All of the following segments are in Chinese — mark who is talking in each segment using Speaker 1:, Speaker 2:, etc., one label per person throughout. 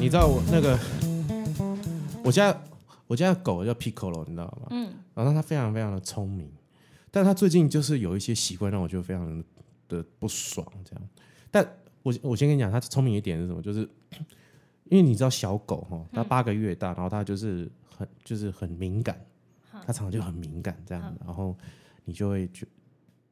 Speaker 1: 你知道我那个，我家我家的狗叫 Piccolo，你知道吗？
Speaker 2: 嗯，
Speaker 1: 然后它非常非常的聪明，但它最近就是有一些习惯让我觉得非常的不爽，这样。但我我先跟你讲，它聪明一点是什么？就是因为你知道小狗哈，它八个月大，然后它就是很就是很敏感，
Speaker 2: 嗯
Speaker 1: 它常常就很敏感这样，然后你就会觉。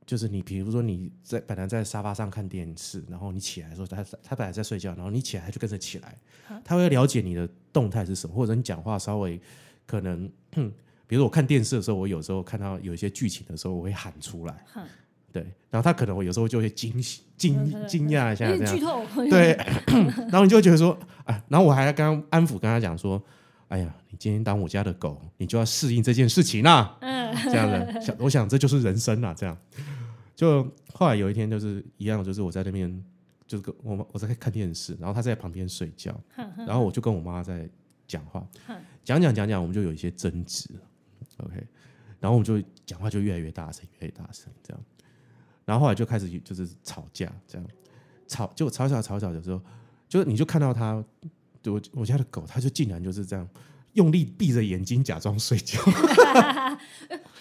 Speaker 1: 就是你，比如说你在本来在沙发上看电视，然后你起来的时候，它它本来在睡觉，然后你起来它就跟着起来，
Speaker 2: 嗯
Speaker 1: 它会了解你的动态是什么，或者你讲话稍微可能 比如说我看电视的时候，我有时候看到有一些剧情的时候，我会喊出来，
Speaker 2: 哼
Speaker 1: 对，然后他可能会有时候就会惊喜、惊
Speaker 2: 嗯
Speaker 1: 惊讶一下
Speaker 2: 有
Speaker 1: 这
Speaker 2: 点剧嗯
Speaker 1: 样，
Speaker 2: 透，
Speaker 1: 对，然后你就会觉得说，哎，然后我还刚刚安抚跟他讲说，哎呀，你今天当我家的狗，你就要适应这件事情啊啦、
Speaker 2: 嗯，
Speaker 1: 这样的，想我想这就是人生啦、这样。就后来有一天就是一样，就是我在那边就是跟我妈我在看电视，然后他在旁边睡觉，
Speaker 2: 哼哼
Speaker 1: 然后我就跟我妈在讲话
Speaker 2: 哼，
Speaker 1: 讲讲讲讲，我们就有一些争执，OK，然后我们就讲话就越来越大声，越来越大声这样，然后后来就开始就是吵架这样，吵就吵吵吵吵的时候，就是你就看到他，我我家的狗，它就竟然就是这样用力闭着眼睛假装睡觉，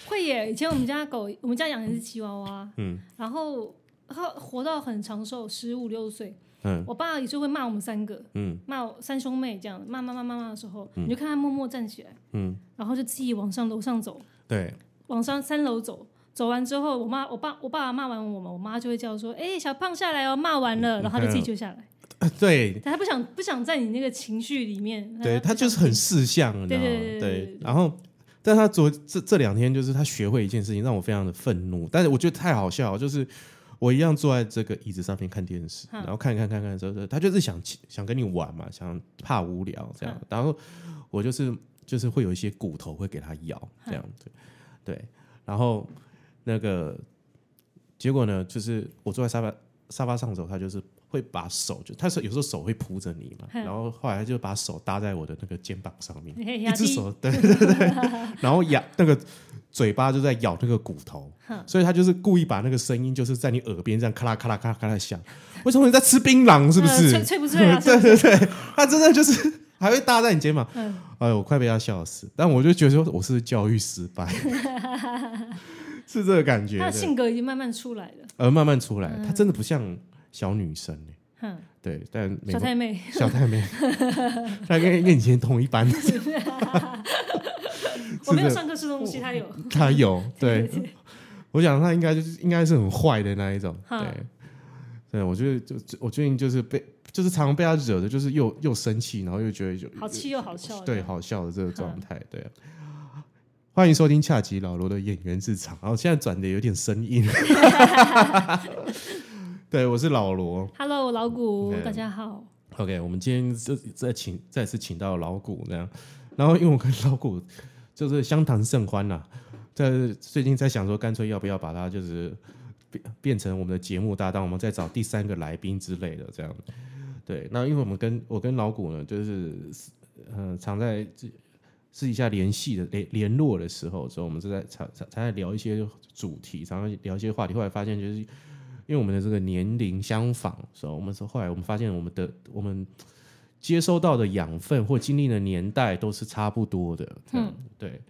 Speaker 2: 会耶。以前我们家狗，我们家养的是吉娃娃，
Speaker 1: 嗯
Speaker 2: 然后它活到很长寿，十五六岁。
Speaker 1: 嗯
Speaker 2: 我爸也是会骂我们三个，
Speaker 1: 嗯
Speaker 2: 骂我三兄妹这样，骂骂骂骂骂的时候，你就看他默默站起来，
Speaker 1: 嗯，
Speaker 2: 然后就自己往上楼上走，
Speaker 1: 对，
Speaker 2: 往上三楼走。走完之后，我妈、我爸、我爸骂完我们，我妈就会叫说：“哎、小胖下来哦，骂完
Speaker 1: 嗯
Speaker 2: 了。”然后他就自己就下来，
Speaker 1: 对，
Speaker 2: 但他不想不想在你那个情绪里面。
Speaker 1: 对
Speaker 2: 他
Speaker 1: 他就是很识相，你知
Speaker 2: 对
Speaker 1: 道吗
Speaker 2: 对对？对对
Speaker 1: 对
Speaker 2: 对，
Speaker 1: 然后，但他昨这这两天就是他学会一件事情，让我非常的愤怒，但是我觉得太好笑了，就是我一样坐在这个椅子上面看电视，
Speaker 2: 嗯
Speaker 1: 然后看看看看的时候，他就是想想跟你玩嘛，想怕无聊这样，
Speaker 2: 嗯
Speaker 1: 然后我就是就是会有一些骨头会给他咬这样子，对，然后那个结果呢，就是我坐在沙发沙发上的时候，他就是会把手就他是有时候手会扑着你嘛，
Speaker 2: 嗯
Speaker 1: 然后后来他就把手搭在我的那个肩膀上面，
Speaker 2: 嘿
Speaker 1: 一
Speaker 2: 压
Speaker 1: 只
Speaker 2: 低
Speaker 1: 手 对对对，然后咬那个嘴巴就在咬那个骨头，所以他就是故意把那个声音就是在你耳边这样咔啦咔啦咔啦咔啦响。我想你在嗯吃槟榔是不
Speaker 2: 呃
Speaker 1: 是？
Speaker 2: 脆脆 不脆啊？
Speaker 1: 对对对， 他真的就是 还会搭在你肩膀，
Speaker 2: 嗯
Speaker 1: 哎呦，我快被他笑死。但我就觉得说我是教育失败，是这个感觉
Speaker 2: 他的
Speaker 1: 的。
Speaker 2: 性格已经慢慢出来了。
Speaker 1: 而慢慢出来，她真的不像小女生、欸、
Speaker 2: 哼，
Speaker 1: 对，但没
Speaker 2: 小太妹，
Speaker 1: 小太妹， 她跟跟以前同一班，
Speaker 2: 我没有
Speaker 1: 是
Speaker 2: 上课吃东西，他有。
Speaker 1: 她有对。我想她应该就是应该是很坏的那一种，
Speaker 2: 哈
Speaker 1: 对，对我觉得就就我最近就是被就是常常被她惹的，就是又又生气，然后又觉得有
Speaker 2: 好气又好笑。
Speaker 1: 对，好笑的这个状态，对啊。欢迎收听恰吉老罗的演员日常，然哦后现在转的有点生 硬。 对，我是老罗。
Speaker 2: Hello，老谷，
Speaker 1: 嗯
Speaker 2: 大家好。
Speaker 1: OK，我们今天这再请再次请到老谷这样，然后因为我跟老谷 就是相谈甚欢呐、在最近在想说，干脆要不要把它就是变变成我们的节目搭档，我们再找第三个来宾之类的这样。对，那因为我们跟我跟老谷呢，就是呃常在私私底下联系的联联络的时候，之后我们是在常常常在聊一些主题，常常聊一些话题，后来发现就是。因为我们的这个年龄相仿，所以我们说后来我们发现我们的我们接收到的养分或经历的年代都是差不多的，嗯，对，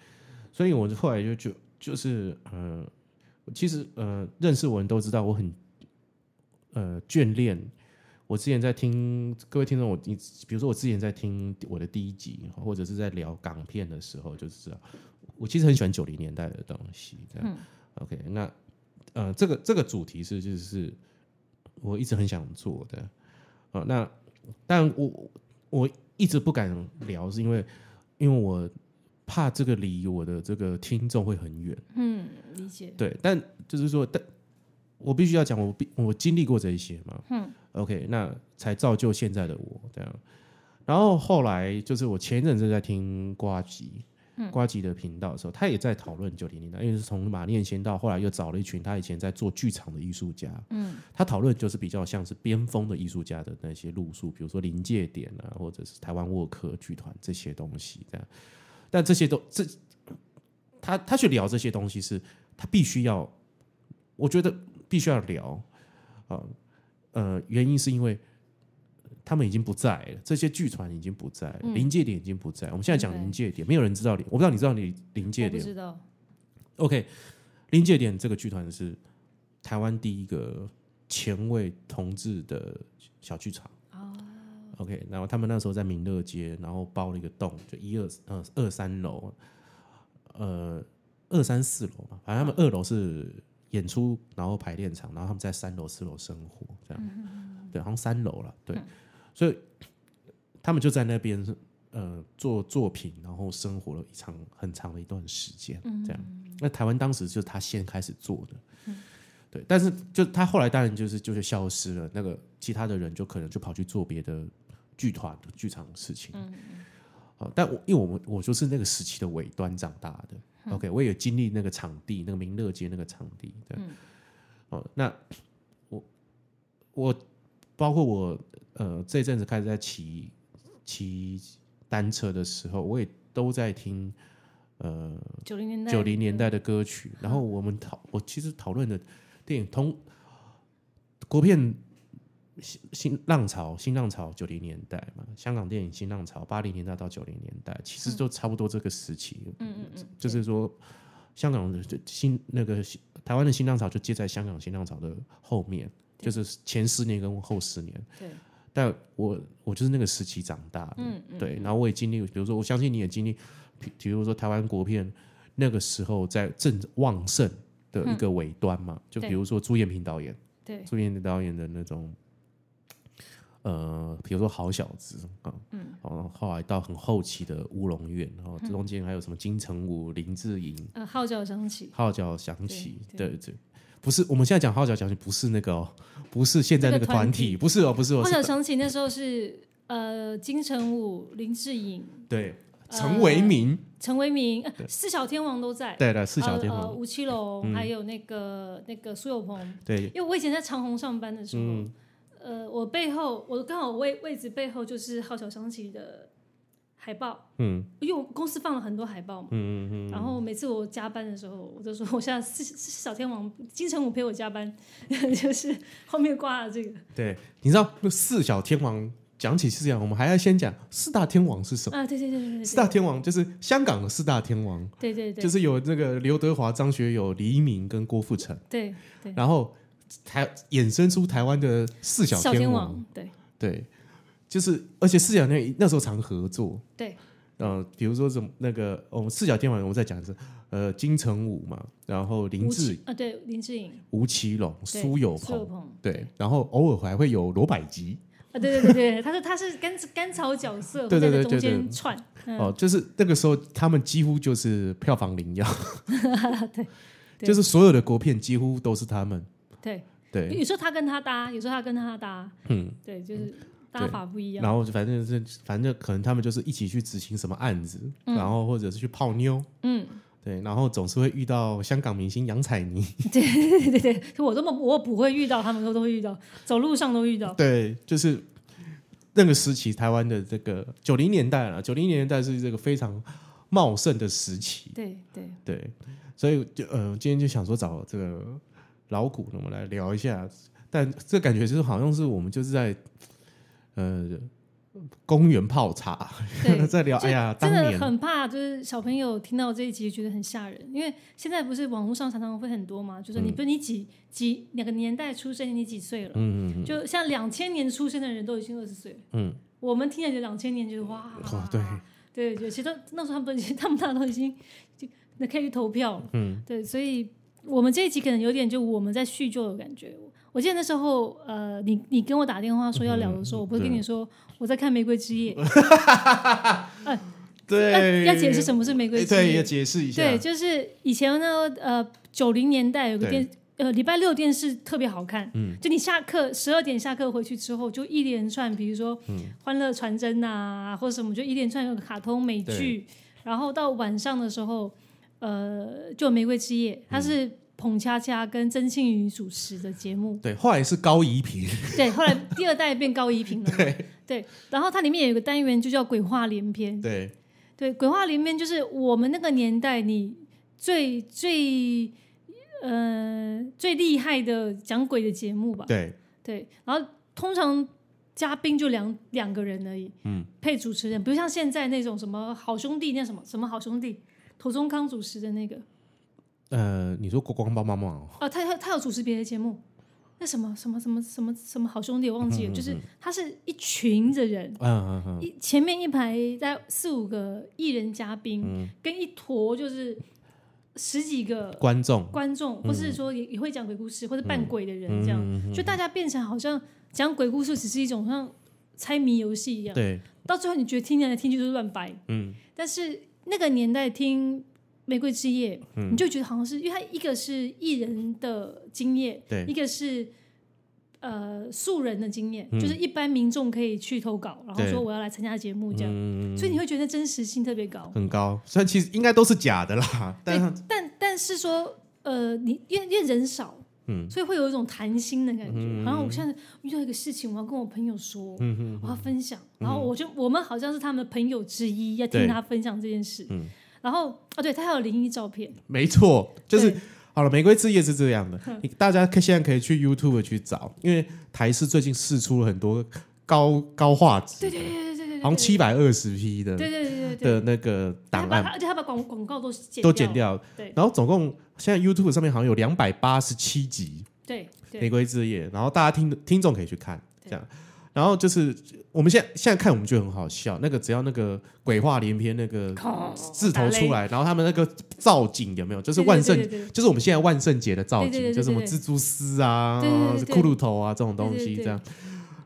Speaker 1: 所以我就后来就就就是呃，其实呃，认识我的人都知道我很呃眷恋。我之前在听各位听众，我你比如说我之前在听我的第一集，或者是在聊港片的时候，就是知道我其实很喜欢九零年代的东西。这样、OK，那呃，这个这个主题是就是我一直很想做的啊、呃那但我我一直不敢聊，是因为因为我怕这个离我的这个听众会很远。
Speaker 2: 嗯，理解。
Speaker 1: 对，但就是说，但我必须要讲，我必我经历过这一些嘛。嗯，OK，那才造就现在的我这样。然后后来就是我前一阵子在听瓜吉，瓜吉的频道的时候，他也在讨论九零年代，因为是从马念先到后来又找了一群他以前在做剧场的艺术家，嗯，他讨论就是比较像是边锋的艺术家的那些路数，比如说临界点啊，或者是台湾沃克剧团这些东西这样。但这些都这他他去聊这些东西是他必须要，我觉得必须要聊啊、呃，原因是因为他们已经不在了，这些剧团已经不在了，
Speaker 2: 嗯
Speaker 1: 临界点已经不在。我们现在讲
Speaker 2: OK
Speaker 1: 临界点，没有人知道临，我不知道你知道你临界
Speaker 2: 我不
Speaker 1: 点吗
Speaker 2: 知道，
Speaker 1: OK，临界点这个剧团是台湾第一个前卫同志的小剧场。OK，然后他们那时候在民乐街，然后包了一个洞，就一二呃二三楼，呃二三四楼嘛，反正他们二楼是演出，然后排练场，然后他们在三楼四楼生活这样，对，好像三楼了，对，所以他们就在那边呃做作品，然后生活了一长很长的一段时间，这样。那台湾当时就是他先开始做的，对，但是就他后来当然就是就是消失了，那个其他的人就可能就跑去做别的剧团剧场的事情。好、但我因为我们我就是那个时期的尾端长大的、o k 我也经历那个场地，那个民乐街那个场地，对，哦，那我我包括我呃这阵子开始在骑骑单车的时候，我也都在听呃
Speaker 2: 九零年代，
Speaker 1: 九零年代的歌曲，然后我们讨我其实讨论的电影同国片新新浪潮，新浪潮九零年代嘛，香港电影新浪潮八零年代到九零年代，其实都差不多这个时期。嗯嗯嗯，就是说香港的就新那个新台湾的新浪潮就接在香港新浪潮的后面，就是前十年跟后十年。
Speaker 2: 对，
Speaker 1: 但我我就是那个时期长大的，
Speaker 2: 嗯嗯，
Speaker 1: 对，然后我也经历，比如说，我相信你也经历，比比如说台湾国片那个时候在正旺盛的
Speaker 2: 嗯
Speaker 1: 一个尾端嘛，就比如说朱延平导演，
Speaker 2: 对，
Speaker 1: 朱延平导演的那种，呃，比如说《好小子》啊，嗯，然后后来到很后期的《乌龙院》，然后中间还有什么金城武、林志颖、
Speaker 2: 呃，号角响起，
Speaker 1: 号角响起，
Speaker 2: 对
Speaker 1: 对对。不是，我们现在讲号角响起，不是那个哦，不是现在
Speaker 2: 这
Speaker 1: 那个
Speaker 2: 个团
Speaker 1: 团体，不是哦，不是哦，
Speaker 2: 号
Speaker 1: 是
Speaker 2: 角响起那时候是呃金城武、林志颖、
Speaker 1: 对，陈为民，
Speaker 2: 陈为民、呃四小天王都在，
Speaker 1: 对了，四小天
Speaker 2: 呃呃
Speaker 1: 王，嗯
Speaker 2: 吴奇隆，还有那个那个苏有朋，
Speaker 1: 对，
Speaker 2: 因为我以前在长虹上班的时候，
Speaker 1: 嗯
Speaker 2: 呃，我背后我刚好位位置背后就是号角响起的海报，嗯，因为我公司放了很多海报嘛，嗯嗯嗯，然后每次我加班的时候，我就说我现在是是小天王金城武陪我加班， 就是后面挂了这个
Speaker 1: 对，你知道那四小天王讲起是这样，我们还要先讲四大天王是什么？
Speaker 2: 啊，对对对对
Speaker 1: 四大天王就是香港的四大天王，
Speaker 2: 对对对对
Speaker 1: 就是有那个刘德华、张学友、黎明跟郭富城，
Speaker 2: 对对，
Speaker 1: 然后台衍生出台湾的四小
Speaker 2: 小
Speaker 1: 天
Speaker 2: 天
Speaker 1: 王，
Speaker 2: 王，对
Speaker 1: 对，就是而且四小天王那时候常合作，
Speaker 2: 对，
Speaker 1: 呃，比如说什么那个我们、四小天王，我们再讲一次，呃，金城武嘛，然后林
Speaker 2: 吴
Speaker 1: 志
Speaker 2: 奇啊，对林志颖、
Speaker 1: 吴奇隆、
Speaker 2: 对
Speaker 1: 苏有
Speaker 2: 苏有
Speaker 1: 朋，
Speaker 2: 朋，
Speaker 1: 对，然后偶尔还会有罗百吉。
Speaker 2: 啊，对对对对，他是他是甘甘草角 色，
Speaker 1: 对对对
Speaker 2: 会在中
Speaker 1: 对对
Speaker 2: 间串，嗯
Speaker 1: 哦，就是那个时候，他们几乎就是票房灵药，
Speaker 2: 对
Speaker 1: 就是所有的国片几乎都是他们。
Speaker 2: 对。
Speaker 1: 对，
Speaker 2: 有时候他跟他搭，有时候他跟他搭，嗯，对，就是搭法不一样。
Speaker 1: 然后就反正是反正可能他们就是一起去执行什么案子，然后或者是去泡妞，
Speaker 2: 嗯，
Speaker 1: 对，然后总是会遇到香港明星杨采妮，
Speaker 2: 对 对对，我这么我不会遇到，他们都都会遇到，走路上都遇到。
Speaker 1: 对，就是那个时期台湾的这个九零年代了，九零年代是这个非常茂盛的时期，
Speaker 2: 对对，
Speaker 1: 对，所以就呃，今天就想说找这个老古，我们来聊一下。但这感觉就是好像是我们就是在呃公园泡茶
Speaker 2: 对，
Speaker 1: 在聊。
Speaker 2: 就
Speaker 1: 哎呀，当
Speaker 2: 真的
Speaker 1: 年
Speaker 2: 很怕，就是小朋友听到这一集觉得很吓人，因为现在不是网络上常常会很多嘛，就是你比如你几几哪个年代出生，你几岁了？嗯嗯，就像两千年出生的人都已经二十岁了。嗯，我们听了就两千年就是哇，
Speaker 1: 哦，对，
Speaker 2: 对对，其实那时候他们已经，他 们大都已经就那可以去投票了。嗯，对，所以我们这一集可能有点就我们在叙旧的感觉。我记得那时候，呃，你你跟我打电话说要聊的时候，我不是跟你说我在看《玫瑰之 夜》
Speaker 1: 对，
Speaker 2: 要解释什么是《玫瑰
Speaker 1: 哎
Speaker 2: 之
Speaker 1: 对，
Speaker 2: 夜
Speaker 1: 要》解释一下。
Speaker 2: 对，就是以前呢，呃，九零年代有个
Speaker 1: 对
Speaker 2: 电。呃，礼拜六电视特别好看，嗯，就你下课十二点下课回去之后，就一连串，比如说《
Speaker 1: 嗯
Speaker 2: 欢乐传真》啊，或者什么，就一连串有卡通美剧，然后到晚上的时候，呃，就有《玫瑰之夜》，它是
Speaker 1: 嗯
Speaker 2: 彭恰恰跟曾庆瑜主持的 节目，
Speaker 1: 对，后来是高怡平，
Speaker 2: 对，后来第二代变高一平了嘛，对然后它里面有一个单元就叫鬼话连篇，
Speaker 1: 对，
Speaker 2: 对，鬼话连篇就是我们那个年代，你最最呃最厉害的讲鬼的节目吧。
Speaker 1: 对，
Speaker 2: 对，然后通常嘉宾就两两个人而已，嗯，配主持人，不像现在那种什么好兄弟那什么什么好兄弟，涂宗康主持的那个，
Speaker 1: 呃，你说国光帮帮忙哦，
Speaker 2: 啊，他他他有主持别的节目，那什么什么什么什么什么好兄弟，我忘记了，就是他是一群的人，
Speaker 1: 嗯嗯嗯，
Speaker 2: 一前面一排在四五个艺人嘉宾，
Speaker 1: 嗯
Speaker 2: 跟一坨就是十几个
Speaker 1: 观众，
Speaker 2: 观
Speaker 1: 嗯
Speaker 2: 众，或是说也也会讲鬼故事或者扮鬼的人，这样，就大家变成好像讲鬼故事只是一种像猜谜游戏一样，
Speaker 1: 对，
Speaker 2: 到最后你觉得听来听去都是乱掰，
Speaker 1: 嗯，
Speaker 2: 但是那个年代听《玫瑰之夜》，你就觉得好像是，因为它一个是艺人的经验，
Speaker 1: 对
Speaker 2: 一个是呃素人的经验，就是一般民众可以去投稿，然后
Speaker 1: 嗯对
Speaker 2: 说我要来参加节目这样，
Speaker 1: 嗯，
Speaker 2: 所以你会觉得真实性特别高。
Speaker 1: 很高，虽然其实应该都是假的啦，但
Speaker 2: 对
Speaker 1: 是，
Speaker 2: 但但是说，呃，你因为因为人少，
Speaker 1: 嗯
Speaker 2: 所以会有一种谈心的感觉。然后我现在遇到一个事情，我要跟我朋友说，
Speaker 1: 嗯嗯
Speaker 2: 我要分享，然后我就我们好像是他们的朋友之一，要听
Speaker 1: 对
Speaker 2: 他分享这件事。
Speaker 1: 嗯
Speaker 2: 然后啊，对他还有灵异照片，
Speaker 1: 没错，就是
Speaker 2: 对嗯
Speaker 1: 好了，《玫瑰之夜》是这样的，你大家可现在可以去 YouTube 去找，因为台视最近试出了很多高高画质的，
Speaker 2: 对对对对对，
Speaker 1: 好像七百二十 P 的
Speaker 2: 对对对对对，
Speaker 1: 的那个档
Speaker 2: 他把
Speaker 1: 案
Speaker 2: 他而且他把广广告都剪
Speaker 1: 都剪，掉，
Speaker 2: 对
Speaker 1: 然后总共现在 YouTube 上面好像有两百八十七集
Speaker 2: 对
Speaker 1: 《
Speaker 2: 对
Speaker 1: 玫瑰之夜》，然后大家听听众可以去看这样。然后就是我们现在现在看，我们觉得很好笑。那个只要那个鬼话连篇，那个字头出，来，然后他们那个造景有没有？就是万圣，
Speaker 2: 哦对对对对
Speaker 1: 就是我们现在万圣节的造
Speaker 2: 对对对
Speaker 1: 景，
Speaker 2: 对
Speaker 1: 就什么
Speaker 2: 对对
Speaker 1: 蜘蛛丝啊
Speaker 2: 对对对、对
Speaker 1: 骷髅头啊这种东
Speaker 2: 对对
Speaker 1: 西
Speaker 2: 对
Speaker 1: 这样。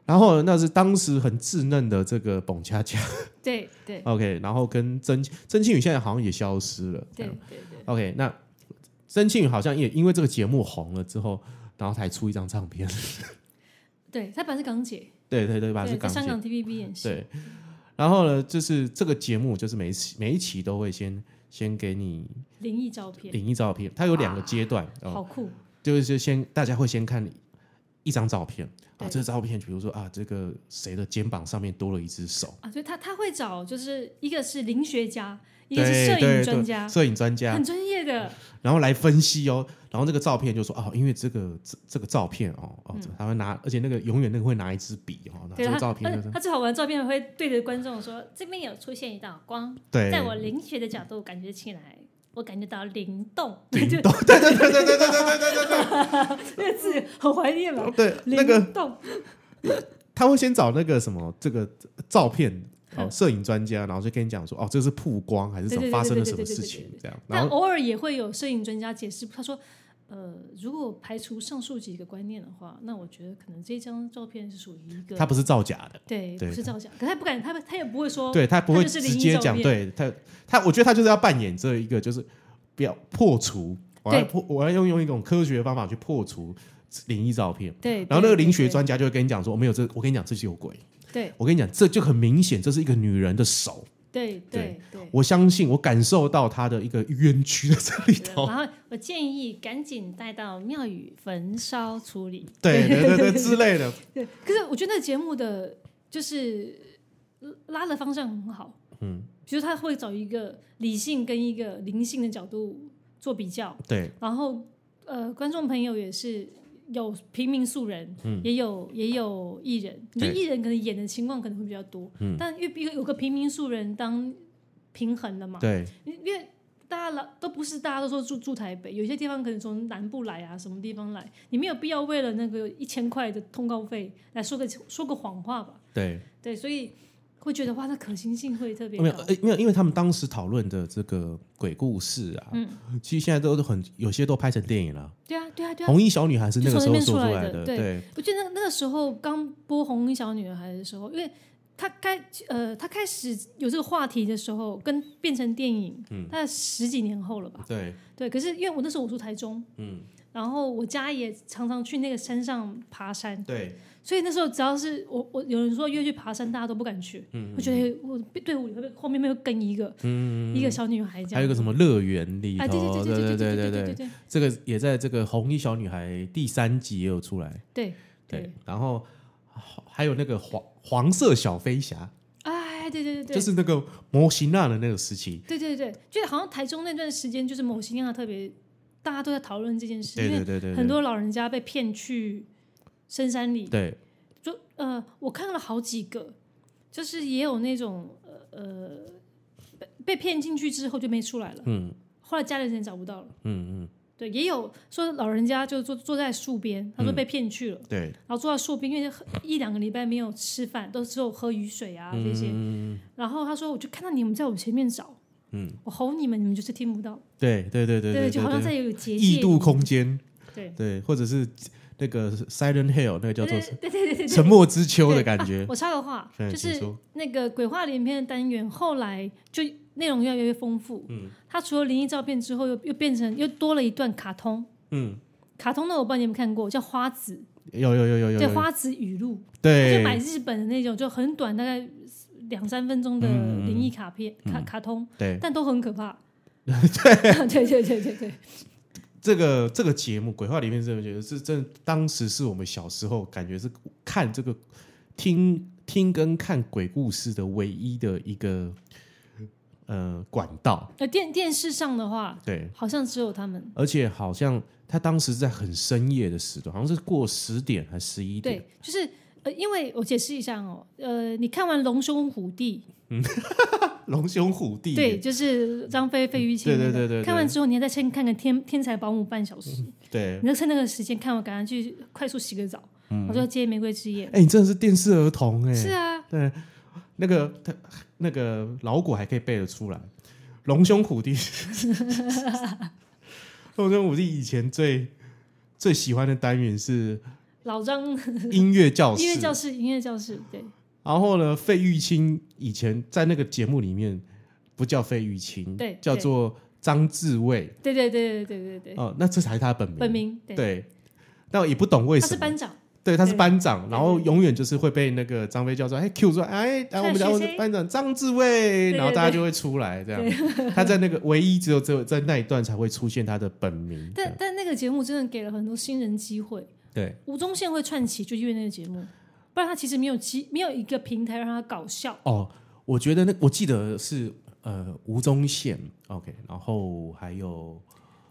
Speaker 1: 然后那是当时很稚嫩的这个蹦恰恰
Speaker 2: 对对
Speaker 1: ，OK，然后跟曾曾庆宇现在好像也消失了，这
Speaker 2: 对
Speaker 1: 样
Speaker 2: 对对
Speaker 1: OK，那曾庆宇好像也因为这个节目红了之后，然后才出一张唱片，
Speaker 2: 对，他本来是港姐，
Speaker 1: 对对对吧？是
Speaker 2: 对，在
Speaker 1: 港
Speaker 2: 香
Speaker 1: 姐
Speaker 2: 港 TVB 演戏，
Speaker 1: 对，然后呢，就是这个节目，就是每一期每一期都会先先给你
Speaker 2: 灵异照片，
Speaker 1: 灵异照片，它有两个阶段，哦，
Speaker 2: 好酷，
Speaker 1: 就是先大家会先看一张照片啊，
Speaker 2: 对
Speaker 1: 这照片比如说啊，这个谁的肩膀上面多了一只手，
Speaker 2: 啊，所以他他会找，就是一个是灵学家，一
Speaker 1: 对
Speaker 2: 个是摄
Speaker 1: 对
Speaker 2: 影专
Speaker 1: 对
Speaker 2: 家，
Speaker 1: 摄影专家
Speaker 2: 很，专业的，
Speaker 1: 然后来分析哦，然后这个照片就说哦，因为这个这这个照片哦哦，他会拿，而且那个永远那个会拿一支笔哦，拿
Speaker 2: 嗯对
Speaker 1: 这
Speaker 2: 他呃
Speaker 1: 个照片
Speaker 2: 而
Speaker 1: 就
Speaker 2: 且
Speaker 1: 是
Speaker 2: 他最好玩的照片会对着观众说，这边有出现一道光，
Speaker 1: 对，
Speaker 2: 在我灵学的角度感觉起来。我感觉到灵动，
Speaker 1: 灵
Speaker 2: 就
Speaker 1: 动，对对对对对对对对对
Speaker 2: 那个字很怀念嘛
Speaker 1: 对。对， 那个
Speaker 2: 灵动，
Speaker 1: 他会先找那个什么这个照片哦，摄影专家，然后就跟你讲说哦，这是曝光还是什
Speaker 2: 对
Speaker 1: 么
Speaker 2: 对嗯对
Speaker 1: 发生了
Speaker 2: 对对
Speaker 1: 什么
Speaker 2: 对对
Speaker 1: 事
Speaker 2: 对
Speaker 1: 情
Speaker 2: 对对
Speaker 1: 这样，然
Speaker 2: 但
Speaker 1: 后
Speaker 2: 偶尔也会有摄影专家解释，他说：“呃，如果排除上述几个观念的话，那我觉得可能这张照片是属于一个
Speaker 1: 他不是造假的，
Speaker 2: 对，
Speaker 1: 对
Speaker 2: 不是造假，可他不敢，他他也不会说
Speaker 1: 对他不会
Speaker 2: 哦就是灵异
Speaker 1: 直接
Speaker 2: 照
Speaker 1: 讲，
Speaker 2: 片
Speaker 1: 对他他，我觉得他就是要扮演这一个就是不要破除，我要
Speaker 2: 对
Speaker 1: 破我要用用一种科学的方法去破除灵异照片。
Speaker 2: 对。
Speaker 1: 然后那个
Speaker 2: 对
Speaker 1: 灵学专家就会跟你讲说，哦没有这，我跟你讲这是有鬼，
Speaker 2: 对
Speaker 1: 我跟你讲这就很明显，这是一个女人的手，
Speaker 2: 对对
Speaker 1: 对
Speaker 2: 对
Speaker 1: 我相信我感受到她的一个冤屈在这里
Speaker 2: 对。
Speaker 1: 头。
Speaker 2: 然后我建议赶紧带到庙宇焚烧处理。
Speaker 1: 对对对对之类的，
Speaker 2: 对，可是我觉得那节目的就是呃拉的方向很好，
Speaker 1: 嗯，
Speaker 2: 比如他会找一个理性跟一个灵性的角度做比较，
Speaker 1: 对，
Speaker 2: 然后呃，观众朋友也是。有平民素人，
Speaker 1: 嗯
Speaker 2: 也有也有艺人。你觉得
Speaker 1: 对
Speaker 2: 艺人可能演的情况可能会比较多，
Speaker 1: 嗯
Speaker 2: 但因为有有个平民素人当平衡了嘛，
Speaker 1: 对，
Speaker 2: 因因为大家老都不是大家都说住住台北，有些地方可能从南部来啊，什么地方来，你没有必要为了那个一千块的通告费来说个说个谎话吧？
Speaker 1: 对，
Speaker 2: 对，所以会觉得哇，那可行性会特别
Speaker 1: 没有，
Speaker 2: 高。
Speaker 1: 呃没有，因为他们当时讨论的这个鬼故事啊，
Speaker 2: 嗯
Speaker 1: 其实现在都很有些都拍成电影了，
Speaker 2: 对啊，对啊，对啊！
Speaker 1: 红衣小女孩》是那个时候
Speaker 2: 就从
Speaker 1: 说
Speaker 2: 那边出来
Speaker 1: 来
Speaker 2: 的对
Speaker 1: 对，
Speaker 2: 我记得那那个时候刚播《红衣小女孩》的时候，因为她开呃，她开始有这个话题的时候，跟变成电影，
Speaker 1: 嗯
Speaker 2: 大概十几年后了吧。
Speaker 1: 对，
Speaker 2: 对，可是因为我那时候我住台中，
Speaker 1: 嗯，
Speaker 2: 然后我家也常常去那个山上爬山，
Speaker 1: 对，
Speaker 2: 所以那时候只要是我我有人说约去爬山，大家都不敢去，
Speaker 1: 嗯
Speaker 2: 我觉得哎我队伍里会不会后面没有跟一个、一个小女孩这样，
Speaker 1: 嗯还有一个什么乐园里
Speaker 2: 啊，
Speaker 1: 头，对
Speaker 2: 对对对对
Speaker 1: 对
Speaker 2: 对对
Speaker 1: 对，
Speaker 2: 对
Speaker 1: 这个也在这个《红衣小女孩》第三集也有出来，
Speaker 2: 对
Speaker 1: 对，，然后还有那个黄黄色小飞侠，
Speaker 2: 哎对对对对，
Speaker 1: 就是那个摩西娜的那个时期，
Speaker 2: 对对对，就好像台中那段时间，就是某些样特别，大家都在讨论这件事，
Speaker 1: 对对对
Speaker 2: 因
Speaker 1: 对，
Speaker 2: 为很
Speaker 1: 对
Speaker 2: 多老人家被骗去深山里
Speaker 1: 对
Speaker 2: 就呃，我看了好几个，就是也有那种呃呃被被骗进去之后就没出来了，
Speaker 1: 嗯
Speaker 2: 后来家里人也找不到了。
Speaker 1: 嗯嗯，
Speaker 2: 对，也有说老人家就坐坐在树边，他说
Speaker 1: 嗯
Speaker 2: 被骗去了，
Speaker 1: 对，
Speaker 2: 然后坐在树边，因为很一两个礼拜没有吃饭，都只有喝雨水啊这些。
Speaker 1: 嗯
Speaker 2: 然后他说，我就看到你们在我前面找，
Speaker 1: 嗯，
Speaker 2: 我吼你们，你们就是听不到，
Speaker 1: 对对对对对，
Speaker 2: 就好像在有结界
Speaker 1: 异度空间，
Speaker 2: 对
Speaker 1: 对，或者是那个 Silent Hill 那个叫做
Speaker 2: 对对对对
Speaker 1: 沉默之秋的感
Speaker 2: 对
Speaker 1: 觉，
Speaker 2: 我插个话，
Speaker 1: 对
Speaker 2: 就
Speaker 1: 请
Speaker 2: 是
Speaker 1: 说
Speaker 2: 那个鬼话连篇的单元，后来就内容越来越丰富。嗯，它除了灵异照片之后，又又变成又多了一段卡通。
Speaker 1: 嗯，
Speaker 2: 卡通呢，我不知道你有没有看过，叫花子，
Speaker 1: 有有有有有
Speaker 2: 对，
Speaker 1: 有，
Speaker 2: 花子语录，就
Speaker 1: 对
Speaker 2: 买日本的那种，就很短，大概两三分
Speaker 1: 嗯
Speaker 2: 钟的灵异卡片、卡卡通，
Speaker 1: 对，
Speaker 2: 但都很可怕。对 对对对对对，
Speaker 1: 这个这个节目《鬼话里面真的觉得是真的，当时是我们小时候感觉是看这个听听跟看鬼故事的唯一的一个呃管道，
Speaker 2: 呃，电电视上的话，
Speaker 1: 对，
Speaker 2: 好像只有他们。
Speaker 1: 而且好像他当时在很深夜的时段，好像是过十点还十一点，
Speaker 2: 对，就是呃，因为我解释一下哦，呃，你看完《龙兄虎弟》，
Speaker 1: 龙兄虎弟，
Speaker 2: 对，就是张飞、费玉清
Speaker 1: 对
Speaker 2: 那
Speaker 1: 对
Speaker 2: 个，
Speaker 1: 对对对嗯
Speaker 2: 看完之后，你还再先看个天《天才保姆》半小时，
Speaker 1: 对，
Speaker 2: 你再趁那个时间看完，赶快去快速洗个澡，我就要接《玫瑰之夜
Speaker 1: 哎、你真的是电视儿童哎、》。
Speaker 2: 是啊，
Speaker 1: 嗯对，那个他那个老古还可以背得出来，龙兄虎 弟，龙兄虎弟以前最最喜欢的单元是
Speaker 2: 老张
Speaker 1: 音乐教室，
Speaker 2: 音乐教室，音乐教室，对，
Speaker 1: 然后呢，费玉清以前在那个节目里面不叫费玉清，
Speaker 2: 对
Speaker 1: 叫做张志卫
Speaker 2: 对对对对对对对，
Speaker 1: 哦、那这才是他的本名，
Speaker 2: 本名对，
Speaker 1: 对，但我也不懂为
Speaker 2: 他
Speaker 1: 什
Speaker 2: 是
Speaker 1: 么。
Speaker 2: 班长，
Speaker 1: 对，他是
Speaker 2: 对
Speaker 1: 班长，
Speaker 2: 对
Speaker 1: 然后永远就是会被那个张飞叫说，哎，Q 说，哎，来我们
Speaker 2: 谁
Speaker 1: 来我
Speaker 2: 谁
Speaker 1: 们
Speaker 2: 谁
Speaker 1: 班长张志卫，
Speaker 2: 对
Speaker 1: 然后
Speaker 2: 对
Speaker 1: 大家
Speaker 2: 对
Speaker 1: 就会出来这样。他在那个唯一只有只有在那一段才会出现他的本名。这
Speaker 2: 但
Speaker 1: 样
Speaker 2: 但那个节目真的给了很多新人机会，
Speaker 1: 对
Speaker 2: 吴宗宪会串起，就因为那个节目，不然他其实没有机，没有一个平台让他搞笑，
Speaker 1: 哦，我觉得那我记得是呃吴宗宪，OK，然后还有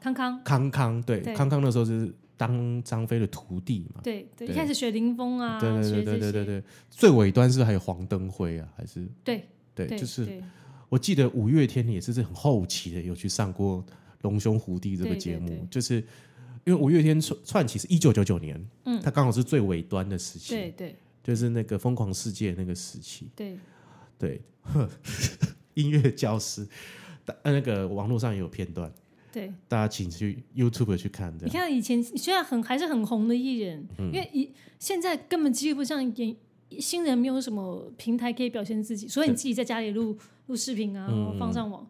Speaker 2: 康康。
Speaker 1: 康康，对，
Speaker 2: 对
Speaker 1: 康康那时候是当张飞的徒弟嘛。
Speaker 2: 对对，一
Speaker 1: 啊对
Speaker 2: 开始学林峰啊，
Speaker 1: 对对对
Speaker 2: 学这
Speaker 1: 对对
Speaker 2: 些，
Speaker 1: 对对，最尾端是不是还有黄登辉啊，还是
Speaker 2: 对
Speaker 1: 对，
Speaker 2: 对，
Speaker 1: 就是
Speaker 2: 对
Speaker 1: 我记得五月天也是很后期的有去上过《龙兄虎弟》这个节目，
Speaker 2: 对对对
Speaker 1: 就是因为五月天串串起是一九九九年，嗯，它刚好是最尾端的时期，
Speaker 2: 对对
Speaker 1: 就是那个疯狂世界那个时期，
Speaker 2: 对，
Speaker 1: 对， 音乐教室，大呃那个网络上也有片段，
Speaker 2: 对，
Speaker 1: 大家请去 YouTube 去看这
Speaker 2: 你
Speaker 1: 样，
Speaker 2: 看以前虽然很还是很红的艺人，
Speaker 1: 嗯
Speaker 2: 因为以现在根本几乎上演新人没有什么平台可以表现自己，所以你自己在家里录录视频啊，
Speaker 1: 嗯
Speaker 2: 然后放上网。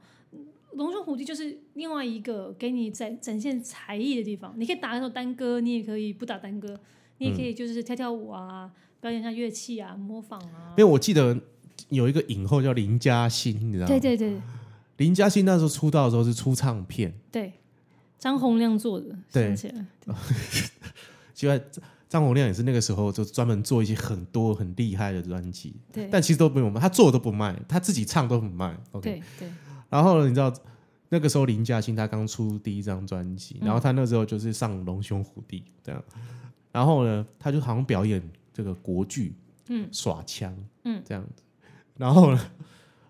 Speaker 2: 龙兄虎弟就是另外一个给你展展现才艺的地方，你可以打那种单歌，你也可以不打单歌，你也可以就是跳跳舞啊，表演一下乐器啊，模仿啊
Speaker 1: 因。为我记得有一个影后叫林嘉欣，你知道吗？
Speaker 2: 对对对
Speaker 1: 林嘉欣那时候出道的时候是出唱片，
Speaker 2: 对，张洪亮做的，
Speaker 1: 对
Speaker 2: 想起来，
Speaker 1: 就在张洪量也是那个时候就专门做一些很多很厉害的专辑，
Speaker 2: 对
Speaker 1: 但其实都没有卖，他做的都不卖，他自己唱都不卖。OK，
Speaker 2: 对对
Speaker 1: 然后呢，你知道那个时候林嘉欣她刚出第一张专辑，
Speaker 2: 嗯
Speaker 1: 然后她那时候就是上《龙兄虎弟》这样，然后呢，她就好像表演这个国剧，嗯，耍枪，嗯，这样子，然后呢，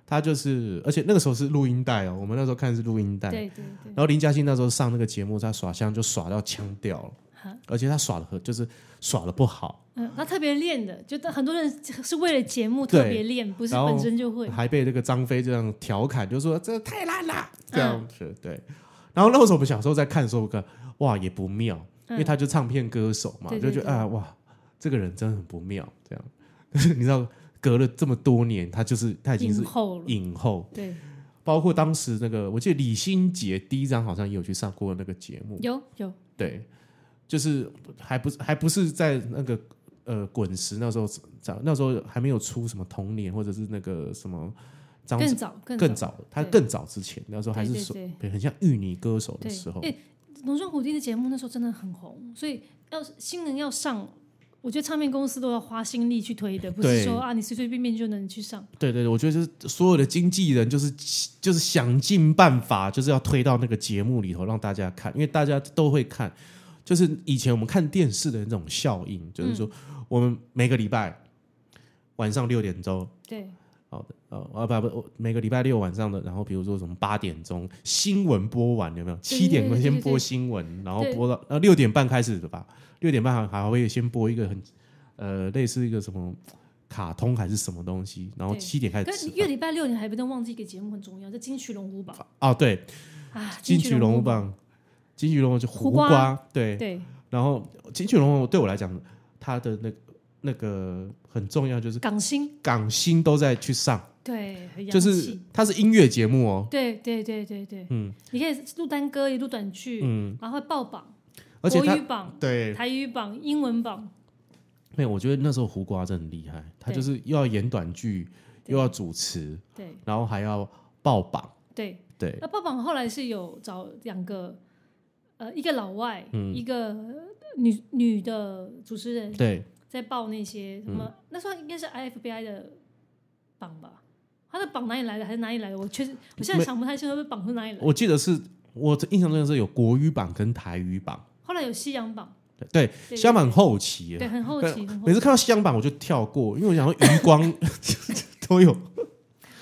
Speaker 1: 她就是，而且那个时候是录音带哦，我们那时候看是录音带，
Speaker 2: 对对对，
Speaker 1: 然后林嘉欣那时候上那个节目，她耍枪就耍到腔掉了
Speaker 2: 哈，
Speaker 1: 而且她耍的就是耍的不好，
Speaker 2: 嗯，他特别练的，就很多人是为了节目
Speaker 1: 对
Speaker 2: 特别练，不是
Speaker 1: 然后
Speaker 2: 本身就会。
Speaker 1: 还被这个张飞这样调侃，就说这太烂啦，这样子、
Speaker 2: 嗯
Speaker 1: 对。然后那时候我们小时候在看的时候，我看哇也不妙，因为他就唱片歌手嘛，
Speaker 2: 嗯对
Speaker 1: 就
Speaker 2: 对
Speaker 1: 觉得
Speaker 2: 对
Speaker 1: 啊哇这个人真的很不妙这样。 但是你知道，隔了这么多年，他就是他已经
Speaker 2: 影
Speaker 1: 是
Speaker 2: 后了，
Speaker 1: 影后，
Speaker 2: 对，
Speaker 1: 包括当时那个我记得李心洁第一张好像也有去上过那个节目，
Speaker 2: 有有，
Speaker 1: 对，就是还不是还不是在那个呃滚石那时候，那时候还没有出什么童年或者是那个什么张
Speaker 2: 更早更
Speaker 1: 更早，他
Speaker 2: 对
Speaker 1: 更早之前那时候还是
Speaker 2: 对对
Speaker 1: 说
Speaker 2: 对
Speaker 1: 对很像芋泥歌手的
Speaker 2: 对
Speaker 1: 时候，
Speaker 2: 因为农村虎弟的节目那时候真的很红，所以要是新人要上，我觉得唱片公司都要花心力去推的，不
Speaker 1: 对
Speaker 2: 是说啊你随随便便就能去上。
Speaker 1: 对对对，我觉得就是所有的经纪人就是就是想尽办法，就是要推到那个节目里头让大家看，因为大家都会看。就是以前我们看电视的那种效应，
Speaker 2: 嗯
Speaker 1: 就是说我们每个礼拜晚上六点钟，
Speaker 2: 对，
Speaker 1: 好的，呃，啊不不，每个礼拜六晚上的，然后比如说什么八点钟新闻播完有没有？七点钟
Speaker 2: 对
Speaker 1: 先
Speaker 2: 对
Speaker 1: 播
Speaker 2: 对
Speaker 1: 新闻，然后
Speaker 2: 对
Speaker 1: 播到呃六点半开始的吧，六点半还还会先播一个很呃类似一个什么卡通还是什么东西，然后
Speaker 2: 对
Speaker 1: 七点开始
Speaker 2: 可
Speaker 1: 吃
Speaker 2: 是
Speaker 1: 饭
Speaker 2: 月礼拜六你还不能忘记一个节目很重要，叫金曲龙虎榜
Speaker 1: 哦对，
Speaker 2: 啊，
Speaker 1: 金曲
Speaker 2: 曲
Speaker 1: 龙
Speaker 2: 龙
Speaker 1: 虎
Speaker 2: 榜，
Speaker 1: 榜，金曲龙虎就
Speaker 2: 胡
Speaker 1: 胡
Speaker 2: 瓜
Speaker 1: 瓜对，
Speaker 2: 对
Speaker 1: 然后金曲龙虎对我来讲，它的那那个很重要，就是
Speaker 2: 港星，
Speaker 1: 港星都在去上，
Speaker 2: 对，很洋
Speaker 1: 就是
Speaker 2: 气
Speaker 1: 它是音乐节目哦，
Speaker 2: 对对对对对，嗯，你可以录单歌，也录短剧，嗯，然后会爆榜，
Speaker 1: 而且
Speaker 2: 国
Speaker 1: 它
Speaker 2: 语榜、
Speaker 1: 对
Speaker 2: 台语榜、英文榜，
Speaker 1: 没有，我觉得那时候胡瓜真的很厉害，他
Speaker 2: 对
Speaker 1: 就是又要演短剧，又要主持，
Speaker 2: 对
Speaker 1: 然后还要爆榜，
Speaker 2: 对。
Speaker 1: 对，
Speaker 2: 那爆榜后来是有找两个，呃，一个老外，
Speaker 1: 嗯
Speaker 2: 一个女女的主持人
Speaker 1: 对，
Speaker 2: 在报那些什么，
Speaker 1: 嗯
Speaker 2: 那时候应该是 IFBI 的榜吧。他的榜哪里来的，还是哪里来的？我确实，我现在想不太清楚，榜是哪里来的。
Speaker 1: 我记得是我印象中是有国语榜跟台语榜，
Speaker 2: 后来有西洋榜，
Speaker 1: 对，
Speaker 2: 对
Speaker 1: 香港很后期耶
Speaker 2: 对，很后 期，很后
Speaker 1: 每次
Speaker 2: 期。
Speaker 1: 看到香港我就跳过，因为我想说余光 都有，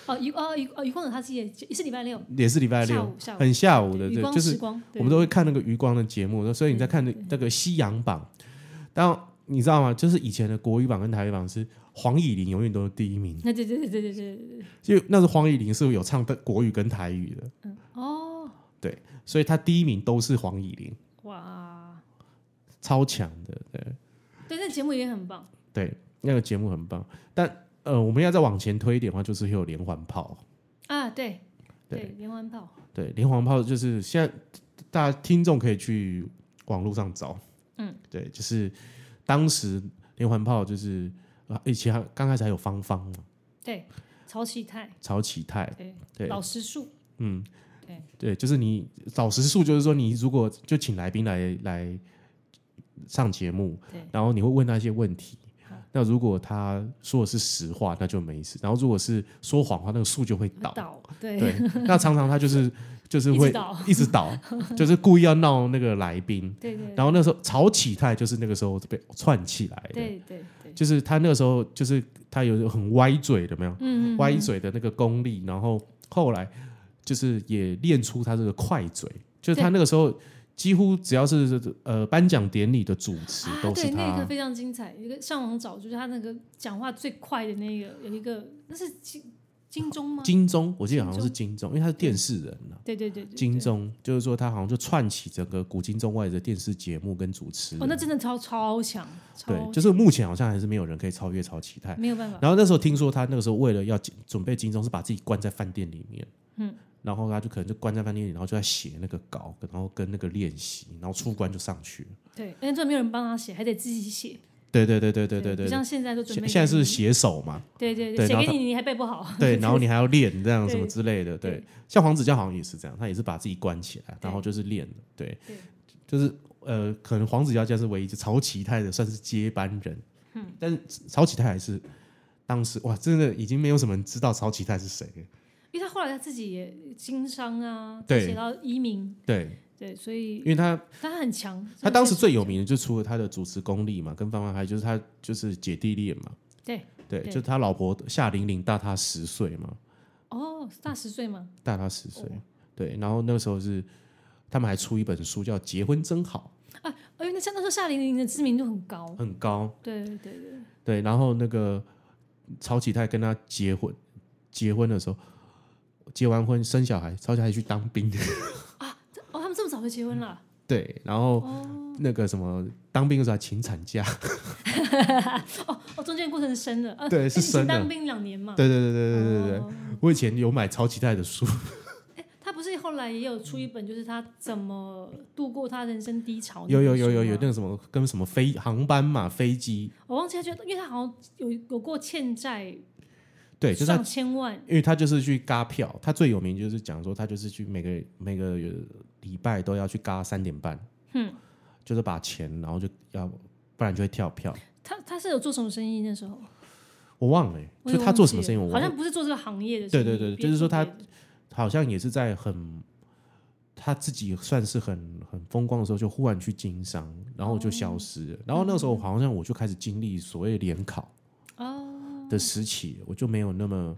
Speaker 2: 哦，余哦余哦余光有他自己的，也是礼拜六
Speaker 1: 也是礼拜
Speaker 2: 下
Speaker 1: 六
Speaker 2: 午，下午，
Speaker 1: 很下午的，
Speaker 2: 余
Speaker 1: 对，
Speaker 2: 光
Speaker 1: 就
Speaker 2: 时
Speaker 1: 是
Speaker 2: 光，
Speaker 1: 我们
Speaker 2: 都
Speaker 1: 都会看那个余光的节目，所以你在看那那个西洋榜，然后你知道吗？就是以前的国语榜跟台语榜是黄以玲永远都是第一名。
Speaker 2: 那对对对对对对对对，
Speaker 1: 就那是黄以玲是有唱的国语跟台语的，
Speaker 2: 嗯，哦，
Speaker 1: 所以她第一名都是黄以玲，
Speaker 2: 哇，
Speaker 1: 超强的。对
Speaker 2: 对，那节目也很棒。
Speaker 1: 对，那个节目很棒。但呃，我们要再往前推一点的话，就是会有连环炮。
Speaker 2: 啊，对
Speaker 1: 对
Speaker 2: 对，连环炮，
Speaker 1: 对，连环炮就是现在大家听众可以去网络上找。嗯，对，就是当时连环炮就是啊，以前还刚开始还有芳芳嘛，
Speaker 2: 对，曹启泰，
Speaker 1: 曹启泰，
Speaker 2: 对，
Speaker 1: 对
Speaker 2: 老实树，
Speaker 1: 嗯，
Speaker 2: 对
Speaker 1: 对，就是你找时数，就是说你如果就请来宾来来上节目
Speaker 2: 对，
Speaker 1: 然后你会问他一些问题
Speaker 2: 好。
Speaker 1: 那如果他说的是实话，那就没事；然后如果是说谎话，那个数就会倒。
Speaker 2: 岛，对
Speaker 1: 对，那常常他 就是就是
Speaker 2: 一直
Speaker 1: 会
Speaker 2: 倒
Speaker 1: 一直 倒，就是故意要闹那个来宾。
Speaker 2: 对对
Speaker 1: 然后那时候曹启泰就是那个时候被串起来的，
Speaker 2: 对对对，
Speaker 1: 就是他那个时候就是他有很歪嘴的，有没有？
Speaker 2: 嗯，嗯
Speaker 1: 歪
Speaker 2: 嗯
Speaker 1: 嘴的那个功力，然后后来就是也练出他这个快嘴，就是他那个时候几乎只要是呃颁奖典礼的主持
Speaker 2: 啊，
Speaker 1: 都是
Speaker 2: 对，
Speaker 1: 他，
Speaker 2: 那个非常精彩。有一个上网找，就是他那个讲话最快的那个，有一个那是金金钟吗？
Speaker 1: 金钟我记得好像是金钟，因为他是电视人啊。
Speaker 2: 对对对对，对
Speaker 1: 金。钟就是说，他好像就串起整个古今中外的电视节目跟主持人
Speaker 2: 哦，那真的超超强，超
Speaker 1: 对，就是目前好像还是没有人可以超越曹启泰。
Speaker 2: 没有办法。
Speaker 1: 然后那时候听说他那个时候为了要进准备金钟，是把自己关在饭店里面，嗯，然后他就可能就关在饭店里，然后就在写那个稿，然后跟那个练习，然后出关就上去了。
Speaker 2: 对，因为这没有人帮他写，还得自己写。
Speaker 1: 对对对对对对
Speaker 2: 不
Speaker 1: 对，
Speaker 2: 像现在都准
Speaker 1: 现
Speaker 2: 备。
Speaker 1: 现在是，写手嘛，
Speaker 2: 对对
Speaker 1: 对
Speaker 2: 写
Speaker 1: 然后
Speaker 2: 给你你还背不好。
Speaker 1: 对，然后你还要练这样
Speaker 2: 对
Speaker 1: 什么之类的，对
Speaker 2: 对，
Speaker 1: 像黄子佼好像也是这样，他也是把自己关起来，
Speaker 2: 对
Speaker 1: 然后就是练，对
Speaker 2: 对，
Speaker 1: 就是呃，可能黄子佼家是唯一，就曹启泰的算是接班人，嗯，但是曹启泰还是当时哇，真的已经没有什么人知道曹启泰是谁了，
Speaker 2: 因为他后来他自己也经商啊，
Speaker 1: 对
Speaker 2: 写到移民，
Speaker 1: 对，
Speaker 2: 对，所以
Speaker 1: 因为他
Speaker 2: 但他很强。
Speaker 1: 他当时最有名的就除了他的主持功力嘛，跟方方还有就是他就是姐弟恋嘛，
Speaker 2: 对
Speaker 1: 对，
Speaker 2: 对
Speaker 1: 就他老婆夏玲玲大他十岁嘛，
Speaker 2: 哦，大十岁嘛，
Speaker 1: 大他十岁，
Speaker 2: 哦
Speaker 1: 对，然后那时候是他们还出一本书叫《结婚真好
Speaker 2: 哎，那像那时候夏玲玲的知名度很高》，。
Speaker 1: 很高，
Speaker 2: 对对对，
Speaker 1: 对，然后那个曹启泰跟他结婚，结婚的时候。结完婚生小孩，曹启泰去当兵，
Speaker 2: 哦，他们这么早就结婚了。
Speaker 1: 对，然后那个什么当兵的时候还请产假，
Speaker 2: 哦，中间过程是生的，呃、
Speaker 1: 对
Speaker 2: 哎
Speaker 1: 是生的
Speaker 2: 你当兵两年嘛，
Speaker 1: 对对对对对对对。
Speaker 2: 哦
Speaker 1: 我以前有买曹启泰的书，
Speaker 2: 他不是后来也有出一本，就是他怎么度过他人生低潮？
Speaker 1: 有有有有有那
Speaker 2: 哦那本
Speaker 1: 个什
Speaker 2: 书吗
Speaker 1: 么跟什么飞航班嘛飞机，
Speaker 2: 我忘记他，觉得因为他好像有有过欠债
Speaker 1: 对，就是他，
Speaker 2: 上千万，
Speaker 1: 因为他就是去嘎票，他最有名就是讲说他就是去每个每个礼拜都要去嘎三点半，嗯，就是把钱然后就要不然就会跳票，
Speaker 2: 他他是有做什么生意那时候？
Speaker 1: 我忘了欸、
Speaker 2: 我也
Speaker 1: 就他
Speaker 2: 忘
Speaker 1: 做
Speaker 2: 记
Speaker 1: 什么
Speaker 2: 了
Speaker 1: 生意我
Speaker 2: 好
Speaker 1: 忘了，
Speaker 2: 像不是做这个行业的生意，
Speaker 1: 对对对
Speaker 2: 别
Speaker 1: 就是说他
Speaker 2: 别的
Speaker 1: 好像也是在很他自己算是很很风光的时候，就忽然去经商，然后就消失了。然后那时候好像我就开始经历所谓联考
Speaker 2: 哦，
Speaker 1: 的时期，我就没有那么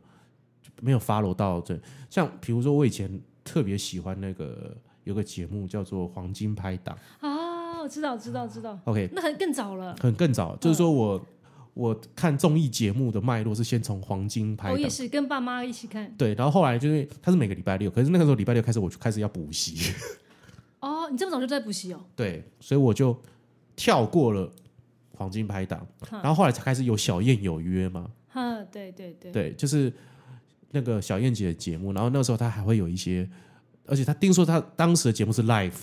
Speaker 1: 就没有 follow 到这。像比如说，我以前特别喜欢那个有个节目叫做《黄金拍档
Speaker 2: 啊，我知道，知
Speaker 1: 嗯
Speaker 2: 道，知道，》
Speaker 1: ，OK，
Speaker 2: 那很更早了。
Speaker 1: 很更
Speaker 2: 嗯
Speaker 1: 早，就是说我我看综艺节目的脉络是先从《黄金拍
Speaker 2: 我
Speaker 1: 档
Speaker 2: 哦也》。是跟爸妈一起看。
Speaker 1: 对，然后后来就是他是每个礼拜六，可是那个时候礼拜六开始我就开始要补习，
Speaker 2: 哦，你这么早就在补习哦？
Speaker 1: 对，所以我就跳过了黄金拍档，
Speaker 2: 哈
Speaker 1: 然后后来才开始有小燕有约嘛，
Speaker 2: 哈，对对对，
Speaker 1: 对，就是那个小燕姐的节目，然后那时候她还会有一些，而且她听说她当时的节目是 live，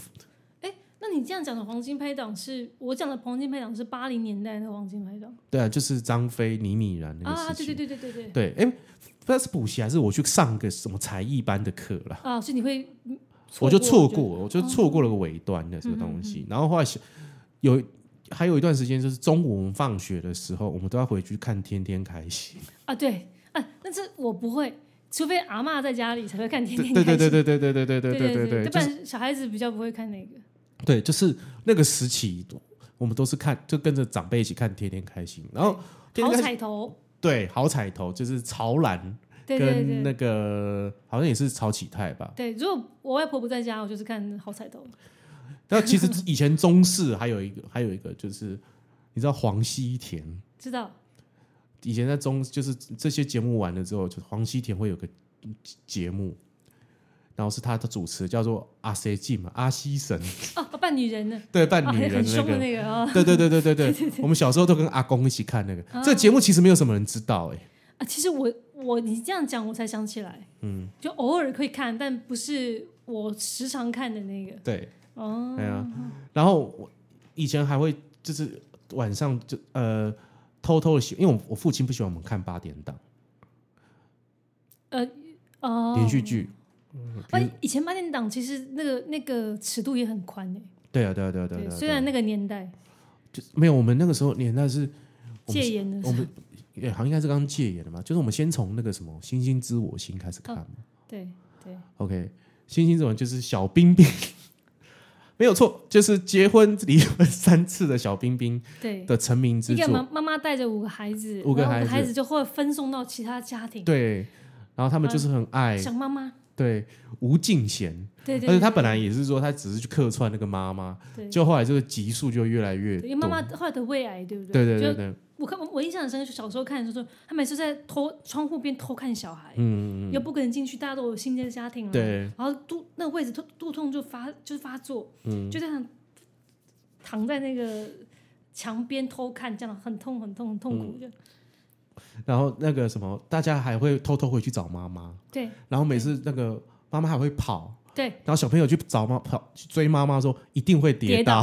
Speaker 2: 那你这样讲的黄金拍档是我讲的黄金拍档是八零年代的黄金拍档
Speaker 1: 对啊，就是张飞、倪敏然那个
Speaker 2: 啊，
Speaker 1: 事
Speaker 2: 对
Speaker 1: 情，
Speaker 2: 对对对对对
Speaker 1: 对哎，不知道是补习还是我去上个什么才艺班的课啦。
Speaker 2: 啊，所以你会嗯
Speaker 1: 我就错
Speaker 2: 觉得
Speaker 1: 过，我就嗯错过了个尾端的这个东西。然后后来小有还有一段时间，就是中午我们放学的时候，我们都要回去看《天天开心》
Speaker 2: 啊，对啊，那这我不会，除非阿嬷在家里才会看天天
Speaker 1: 对。对
Speaker 2: 开
Speaker 1: 对
Speaker 2: 心
Speaker 1: 对对对对对对
Speaker 2: 对
Speaker 1: 对
Speaker 2: 对
Speaker 1: 对对，
Speaker 2: 不
Speaker 1: 就是
Speaker 2: 然小孩子比较不会看那个。
Speaker 1: 对，就是那个时期，我们都是看，就跟着长辈一起看《天天开心》，然后《天
Speaker 2: 好
Speaker 1: 天开心》
Speaker 2: 彩头，
Speaker 1: 对好彩头就是曹兰
Speaker 2: 对对
Speaker 1: 跟
Speaker 2: 对
Speaker 1: 那个好像也是曹启泰吧。
Speaker 2: 对，如果我外婆不在家，我就是看好彩头。
Speaker 1: 但其实以前中视还有一个还有一个就是，你知道黄西田。
Speaker 2: 知道
Speaker 1: 以前在中就是这些节目完了之后，就黄西田会有个节目，然后是他的主持叫做阿 C 进嘛，阿西神，
Speaker 2: 哦，扮女人呢，
Speaker 1: 对，扮
Speaker 2: 啊
Speaker 1: 女
Speaker 2: 很
Speaker 1: 人
Speaker 2: 很
Speaker 1: 的那
Speaker 2: 凶的
Speaker 1: 个。
Speaker 2: 那个啊
Speaker 1: 对对对对对对，哦我们小时候都跟阿公一起看那个，这个节目其实没有什么人知道哎、
Speaker 2: 啊！其实我我你这样讲，我才想起来，嗯，就偶尔会看，但不是我时常看的那个。
Speaker 1: 对，
Speaker 2: 哦，
Speaker 1: 哎呀、然后我以前还会就是晚上就呃偷偷的喜，因为我我父亲不喜欢我们看八点档
Speaker 2: 哦，
Speaker 1: 连续剧，哎
Speaker 2: 啊，以前八点档其实那个那个尺度也很宽诶，
Speaker 1: 对啊对啊对啊对啊
Speaker 2: 对，
Speaker 1: 对啊，
Speaker 2: 虽然那个年代
Speaker 1: 就是没有我们那个时候年代是我们
Speaker 2: 戒严的
Speaker 1: 我
Speaker 2: 时候
Speaker 1: 们，也好像应该是刚戒严的嘛，就是我们先从那个什么《星星知我心》开始看嘛。
Speaker 2: 对对
Speaker 1: OK，《星星知我心》就是小冰 冰，没有错，就是结婚离婚三次的小冰冰
Speaker 2: 对。
Speaker 1: 的成名之
Speaker 2: 一个妈
Speaker 1: 作。
Speaker 2: 妈妈带着五个孩子，
Speaker 1: 五个
Speaker 2: 然后
Speaker 1: 孩子
Speaker 2: 孩子就会分送到其他家庭，
Speaker 1: 对，然后他们就是很爱、
Speaker 2: 想妈妈，
Speaker 1: 对吴敬贤，
Speaker 2: 对对
Speaker 1: 而且他
Speaker 2: 对
Speaker 1: 本来也是说他只是去客串那个妈妈，
Speaker 2: 对
Speaker 1: 就后来这个集数就越来越
Speaker 2: 对因为
Speaker 1: 多。
Speaker 2: 妈妈后来得胃癌，对不
Speaker 1: 对对
Speaker 2: 就
Speaker 1: 对
Speaker 2: 嗯
Speaker 1: 对，
Speaker 2: 我看我印象很深，就小时候看的时候，他每次在偷窗户边偷看小孩，嗯嗯，又不可能进去，大家都有新的家庭了，
Speaker 1: 对，
Speaker 2: 然后肚那个位置肚肚痛就发就是发作，嗯，就这样躺在那个墙边偷看，这样很痛很痛很痛
Speaker 1: 嗯
Speaker 2: 苦的，
Speaker 1: 然后那个什么，大家还会偷偷回去找妈妈，
Speaker 2: 对
Speaker 1: 然后每次那个妈妈还会跑。
Speaker 2: 对，
Speaker 1: 然后小朋友去找妈跑去追妈妈的时候，一定会跌倒。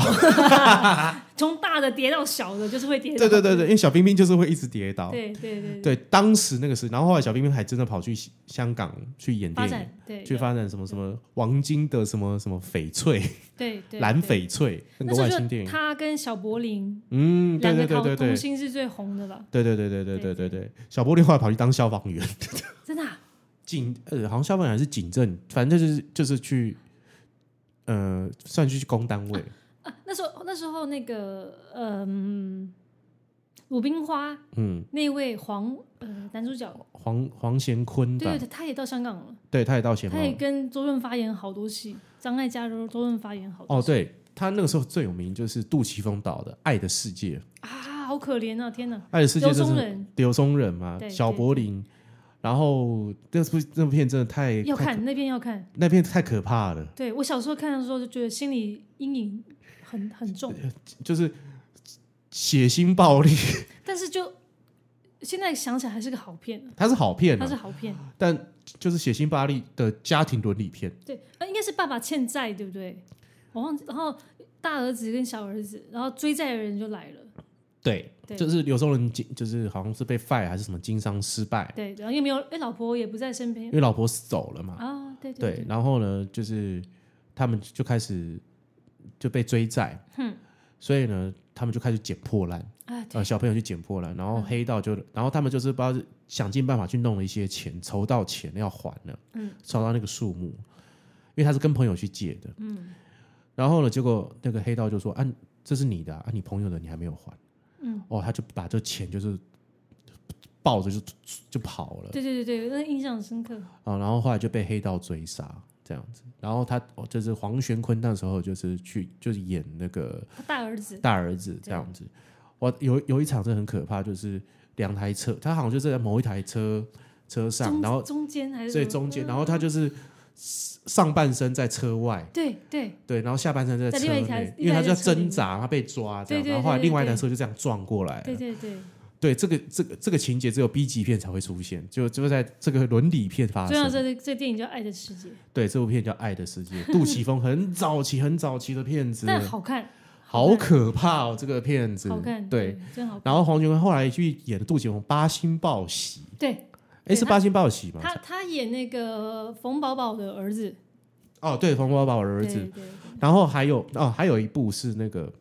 Speaker 2: 从大的跌到小的，就是会跌
Speaker 1: 对对
Speaker 2: 倒，
Speaker 1: 对对，因为小冰冰就是会一直跌倒。
Speaker 2: 对对对
Speaker 1: 对，当时那个时，然后后来小冰冰还真的跑去西香港去演
Speaker 2: 发
Speaker 1: 电影，
Speaker 2: 展对
Speaker 1: 去发展什么什么王晶的什么什么翡翠、
Speaker 2: 对对
Speaker 1: 蓝
Speaker 2: 对
Speaker 1: 翡翠那
Speaker 2: 那
Speaker 1: 个
Speaker 2: 时候
Speaker 1: 外星
Speaker 2: 就
Speaker 1: 电影。
Speaker 2: 他跟小柏林
Speaker 1: 嗯，对
Speaker 2: 两
Speaker 1: 对
Speaker 2: 个
Speaker 1: 对
Speaker 2: 考
Speaker 1: 对对
Speaker 2: 童，星是最红的吧？
Speaker 1: 对对对对对对对对。小玻璃后来跑去当消防员，
Speaker 2: 真的啊
Speaker 1: 警呃，好像消防员还是警政，反正就是就是去呃，算去公单位。
Speaker 2: 啊，那时候那时候那个嗯，鲁冰花
Speaker 1: 嗯，
Speaker 2: 那位黄呃男主角，
Speaker 1: 黄黄贤坤
Speaker 2: 对
Speaker 1: 吧
Speaker 2: 对，，对他也到香港了，
Speaker 1: 对，他也到前
Speaker 2: 他
Speaker 1: 方
Speaker 2: 也跟周润发演好多戏，张艾嘉、周周润发演好多
Speaker 1: 哦，
Speaker 2: 戏、
Speaker 1: 对他那个时候最有名就是杜琪峰导的《爱的世界》，《
Speaker 2: 啊，好可怜啊！天哪，
Speaker 1: 爱的世界
Speaker 2: 刘》
Speaker 1: 就
Speaker 2: 松
Speaker 1: 是
Speaker 2: 仁
Speaker 1: 刘松仁嘛，
Speaker 2: 对
Speaker 1: 小柏林，然后这部这部片真的太
Speaker 2: 要
Speaker 1: 太
Speaker 2: 看那边要看，
Speaker 1: 那片太可怕了，
Speaker 2: 对我小时候看的时候就觉得心理阴影很很重，
Speaker 1: 就是血腥暴力，
Speaker 2: 但是就现在想起来还是个好片，
Speaker 1: 它是好片
Speaker 2: 它是
Speaker 1: 啊，
Speaker 2: 好片，
Speaker 1: 但就是血腥暴力的家庭伦理片，
Speaker 2: 对，呃，应该是爸爸欠债，对不对？我忘记，然后大儿子跟小儿子，然后追债的人就来了，
Speaker 1: 对，
Speaker 2: 对
Speaker 1: 就是刘松仁经就是好像是被 fire 还是什么经商失败，
Speaker 2: 对，然后又没有，哎，老婆也不在身
Speaker 1: 因
Speaker 2: 边
Speaker 1: 为老婆死走了嘛，
Speaker 2: 啊，对对
Speaker 1: 对，然后呢，就是他们就开始就被追债，
Speaker 2: 嗯，
Speaker 1: 所以呢，他们就开始捡破烂，
Speaker 2: 啊，对
Speaker 1: 呃，小朋友去捡破烂，然后黑道就，然后他们就是不知道想尽办法去弄了一些钱，筹到钱要还了，
Speaker 2: 嗯，
Speaker 1: 筹到那个数目，为他是跟朋友去借的，嗯，然后呢，结果那个黑道就说：“啊，这是你的啊，啊你朋友的你还没有还。”嗯，哦，他就把这钱就是抱着就就跑了。
Speaker 2: 对对对对，那印象很深刻。
Speaker 1: 啊，然后后来就被黑道追杀这样子。然后他哦就是黄玄坤那时候就是去就是演那个
Speaker 2: 他大儿子，
Speaker 1: 大儿子这样子。哇，有有一场真的很可怕，就是两台车，他好像就在某一台车车上，
Speaker 2: 中
Speaker 1: 然后
Speaker 2: 中间还是
Speaker 1: 最
Speaker 2: 什么
Speaker 1: 中间，
Speaker 2: 嗯
Speaker 1: 然后他就是上半身在车外，
Speaker 2: 对对
Speaker 1: 对，然后下半身在
Speaker 2: 在
Speaker 1: 车
Speaker 2: 另外一台
Speaker 1: 内，因
Speaker 2: 另
Speaker 1: 为
Speaker 2: 外
Speaker 1: 他
Speaker 2: 一
Speaker 1: 就
Speaker 2: 台
Speaker 1: 要
Speaker 2: 车里
Speaker 1: 挣
Speaker 2: 面
Speaker 1: 扎，他被抓这样，
Speaker 2: 对对
Speaker 1: 然后后来
Speaker 2: 对对
Speaker 1: 另外一台
Speaker 2: 对
Speaker 1: 车就这样撞过来了，
Speaker 2: 对对对，
Speaker 1: 对，这个这个这个情节只有 B 级片才会出现，就就在这个伦理片发
Speaker 2: 最后
Speaker 1: 生。
Speaker 2: 这这电影叫《爱的世界》，
Speaker 1: 对，这部片叫《爱的世界》，杜琪峰很早期很早期的片子，
Speaker 2: 但好看，
Speaker 1: 好
Speaker 2: 看
Speaker 1: 可怕哦，这个片子。
Speaker 2: 好看，
Speaker 1: 对，，
Speaker 2: 真好看。
Speaker 1: 然后黄俊文后来去演杜琪峰《八星报喜》，
Speaker 2: 对
Speaker 1: 哎，
Speaker 2: 对
Speaker 1: 是
Speaker 2: 他
Speaker 1: 八星报喜吗？
Speaker 2: 他，他演那个冯宝宝的儿子，
Speaker 1: 哦，对，冯宝宝的儿
Speaker 2: 对
Speaker 1: 子。
Speaker 2: 对
Speaker 1: 然后还有哦，还有一部是那个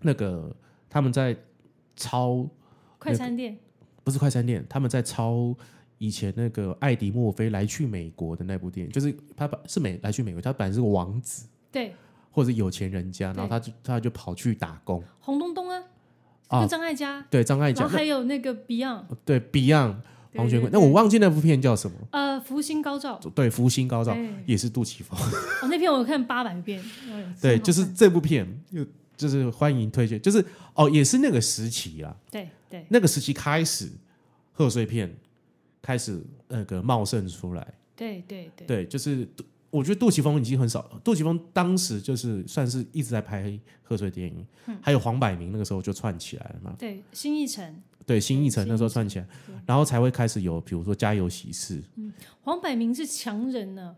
Speaker 1: 那个他们在抄
Speaker 2: 快餐店，
Speaker 1: 不是快餐店，他们在抄以前那个艾迪墨菲来去美国的那部电影，就是他本是美来去美国，他本来是个王子
Speaker 2: 对，
Speaker 1: 或者有钱人家，
Speaker 2: 对
Speaker 1: 然后他就他就跑去打工
Speaker 2: 红东东啊，
Speaker 1: 啊
Speaker 2: 跟，张艾嘉，
Speaker 1: 对张艾
Speaker 2: 然后
Speaker 1: 嘉，
Speaker 2: 还有那个 Beyond，
Speaker 1: 那对 Beyond
Speaker 2: 对
Speaker 1: 黄泉
Speaker 2: 对
Speaker 1: 坤，那我
Speaker 2: 对
Speaker 1: 忘记那部片叫什么，
Speaker 2: 呃福星高照，
Speaker 1: 对福星高照
Speaker 2: 对
Speaker 1: 也是杜琪峰，
Speaker 2: 哦那片我有看八百遍，哎呀
Speaker 1: 对，
Speaker 2: 真好
Speaker 1: 就是
Speaker 2: 看
Speaker 1: 这部片又。就是欢迎推荐，就是哦，也是那个时期啦，
Speaker 2: 对对
Speaker 1: 那个时期开始，贺岁片开始那个茂盛出来，
Speaker 2: 对对对，
Speaker 1: 对，就是杜我觉得杜琪峰已经很少，杜琪峰当时就是算是一直在拍贺岁电影，
Speaker 2: 嗯
Speaker 1: 还有黄百鸣那个时候就串起来了嘛，
Speaker 2: 对新一城，
Speaker 1: 对，新艺城
Speaker 2: 新
Speaker 1: 那时候
Speaker 2: 艺
Speaker 1: 串起来
Speaker 2: 对，
Speaker 1: 然后才会开始有比如说《家有喜事
Speaker 2: 黄百鸣是强人呢、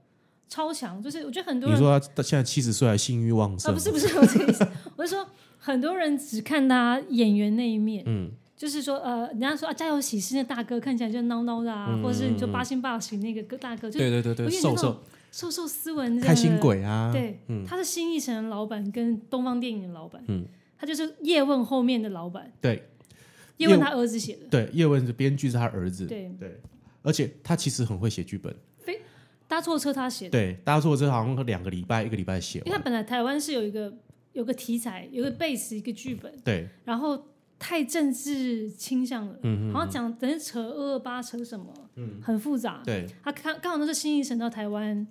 Speaker 2: 超强，就是我觉得》，很多
Speaker 1: 你
Speaker 2: 人
Speaker 1: 说他到现在七十岁还性欲旺
Speaker 2: 啊
Speaker 1: 盛
Speaker 2: 不，是不是我这个意思， 我是说很多人只看他演员那一面，
Speaker 1: 嗯，
Speaker 2: 就是说，呃，人家说啊，家有喜事那大哥看起来就孬孬的啊，
Speaker 1: 嗯
Speaker 2: 或者是你说八星八喜那个哥大哥，就
Speaker 1: 对对
Speaker 2: 我有点
Speaker 1: 瘦
Speaker 2: 那种
Speaker 1: 瘦
Speaker 2: 瘦瘦斯文这样的
Speaker 1: 开心、鬼啊，
Speaker 2: 对，
Speaker 1: 嗯
Speaker 2: 他是新艺城的老板跟东方电影的老板，
Speaker 1: 嗯
Speaker 2: 他就是叶问后面的老板，
Speaker 1: 对
Speaker 2: 叶问他儿子写的，
Speaker 1: 对，叶问的编剧是他儿子，
Speaker 2: 对，
Speaker 1: 对，而且他其实很会写剧本，
Speaker 2: 搭错车他写的，
Speaker 1: 对，大家说这好像两个礼拜一个礼拜写
Speaker 2: 因为他
Speaker 1: 完，
Speaker 2: 本来台湾是有一个有个题材，有个 base 一个剧本，
Speaker 1: 对嗯
Speaker 2: 然后太政治倾向了，好像讲等于扯二二八扯什么，很复杂，
Speaker 1: 对
Speaker 2: 他刚刚好那是新一城到台湾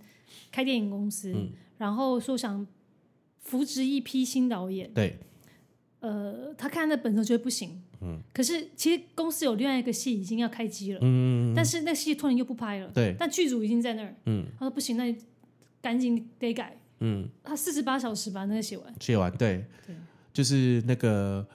Speaker 2: 开电影公司，
Speaker 1: 嗯
Speaker 2: 然后说想扶植一批新导演，
Speaker 1: 对，
Speaker 2: 呃，他看那本身觉得不行，嗯，可是其实公司有另外一个戏已经要开机了，
Speaker 1: 嗯，
Speaker 2: 但是那戏突然又不拍了，
Speaker 1: 对，
Speaker 2: 但剧组已经在那儿，
Speaker 1: 嗯
Speaker 2: 他说不行，那你赶紧得改，
Speaker 1: 嗯。
Speaker 2: 他四十八小时把那个写完，
Speaker 1: 写完，对，
Speaker 2: 对
Speaker 1: 就是那个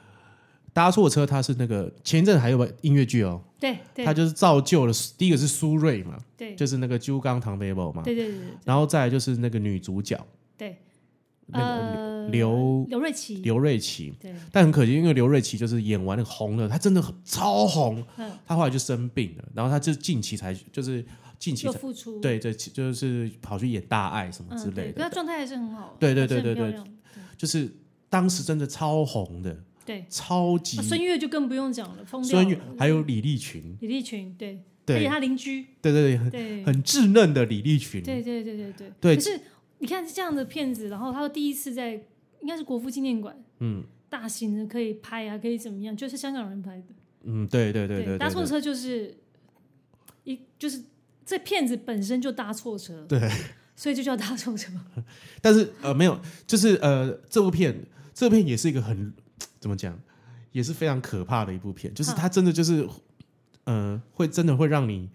Speaker 1: 搭错车，他是那个前一阵还有个音乐剧哦，
Speaker 2: 对对
Speaker 1: 他就是造就了第一个是苏芮嘛，
Speaker 2: 对对
Speaker 1: 就是那个朱刚唐 b a b 嘛，
Speaker 2: 对对对
Speaker 1: 然后再来就是那个女主角
Speaker 2: 对，
Speaker 1: 那
Speaker 2: 呃，
Speaker 1: 个刘
Speaker 2: 刘瑞琦，
Speaker 1: 刘瑞琦，
Speaker 2: 对
Speaker 1: 但很可惜，因为刘瑞琦就是演完那个红了，她真的很超红
Speaker 2: 嗯，
Speaker 1: 她后来就生病了，然后她就近期才就是近期
Speaker 2: 又
Speaker 1: 才
Speaker 2: 复出，
Speaker 1: 对对，就是跑去演大爱什么
Speaker 2: 嗯
Speaker 1: 之
Speaker 2: 对
Speaker 1: 类
Speaker 2: 可他
Speaker 1: 的，
Speaker 2: 状态还是很好，
Speaker 1: 对对
Speaker 2: 还
Speaker 1: 对
Speaker 2: 是很
Speaker 1: 对
Speaker 2: 漂
Speaker 1: 对
Speaker 2: 亮
Speaker 1: 就是当时真的超红的，
Speaker 2: 对。
Speaker 1: 超级
Speaker 2: 啊孙悦就更不用讲了，疯掉
Speaker 1: 嗯
Speaker 2: 了。
Speaker 1: 孙悦还有李立群，
Speaker 2: 李立群，对，而且
Speaker 1: 对
Speaker 2: 他邻居，
Speaker 1: 对对对，
Speaker 2: 对，
Speaker 1: 很稚嫩的李立群，
Speaker 2: 对对对对对
Speaker 1: 对
Speaker 2: 可是你看这样的片子，然后他第一次在应该是国父纪念馆，
Speaker 1: 嗯
Speaker 2: 大型的可以拍啊，可以怎么样，就是香港人拍的。
Speaker 1: 嗯，对对对对
Speaker 2: 搭错
Speaker 1: 对，
Speaker 2: 车就是一就是这片子本身就搭错车，
Speaker 1: 对，
Speaker 2: 所以就叫搭错车。
Speaker 1: 但是呃没有，就是呃这部片这部片也是一个很怎么讲，也是非常可怕的一部片，就是
Speaker 2: 嗯
Speaker 1: 它真的就是呃会真的会让你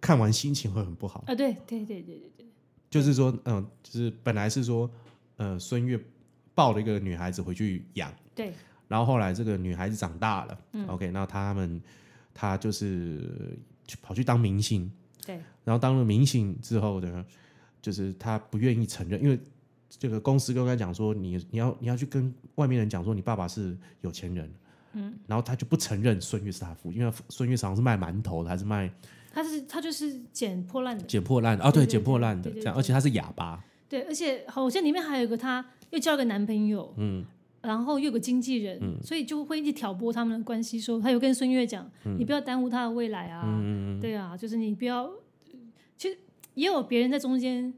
Speaker 1: 看完心情会很不好，
Speaker 2: 啊，对对对对对对，
Speaker 1: 就是说嗯、呃就是本来是说呃孙悦抱了一个女孩子回去养。
Speaker 2: 对
Speaker 1: 然后后来这个女孩子长大了、o
Speaker 2: 嗯
Speaker 1: k 那他们她就是去跑去当明星，
Speaker 2: 对
Speaker 1: 然后当了明星之后呢，就是她不愿意承认，因为这个公司跟她讲说你你要你要去跟外面人讲说你爸爸是有钱人，嗯，然后她就不承认孙悦是她父，因为她孙悦好像是卖馒头的，还是卖
Speaker 2: 他是他就是捡破烂的，
Speaker 1: 捡破烂的啊，对，
Speaker 2: 对对
Speaker 1: 捡破烂的
Speaker 2: 对对
Speaker 1: 这样，
Speaker 2: 对
Speaker 1: 而且她是哑巴，
Speaker 2: 对，而且好像里面还有一个她又交了个男朋友，嗯，然后又有个经纪人，
Speaker 1: 嗯
Speaker 2: 所以就会一直挑拨他们的关系，说她有跟孙悦讲，
Speaker 1: 嗯
Speaker 2: 你不要耽误他的未来啊，对啊，就是你不要，其实也有别人在中间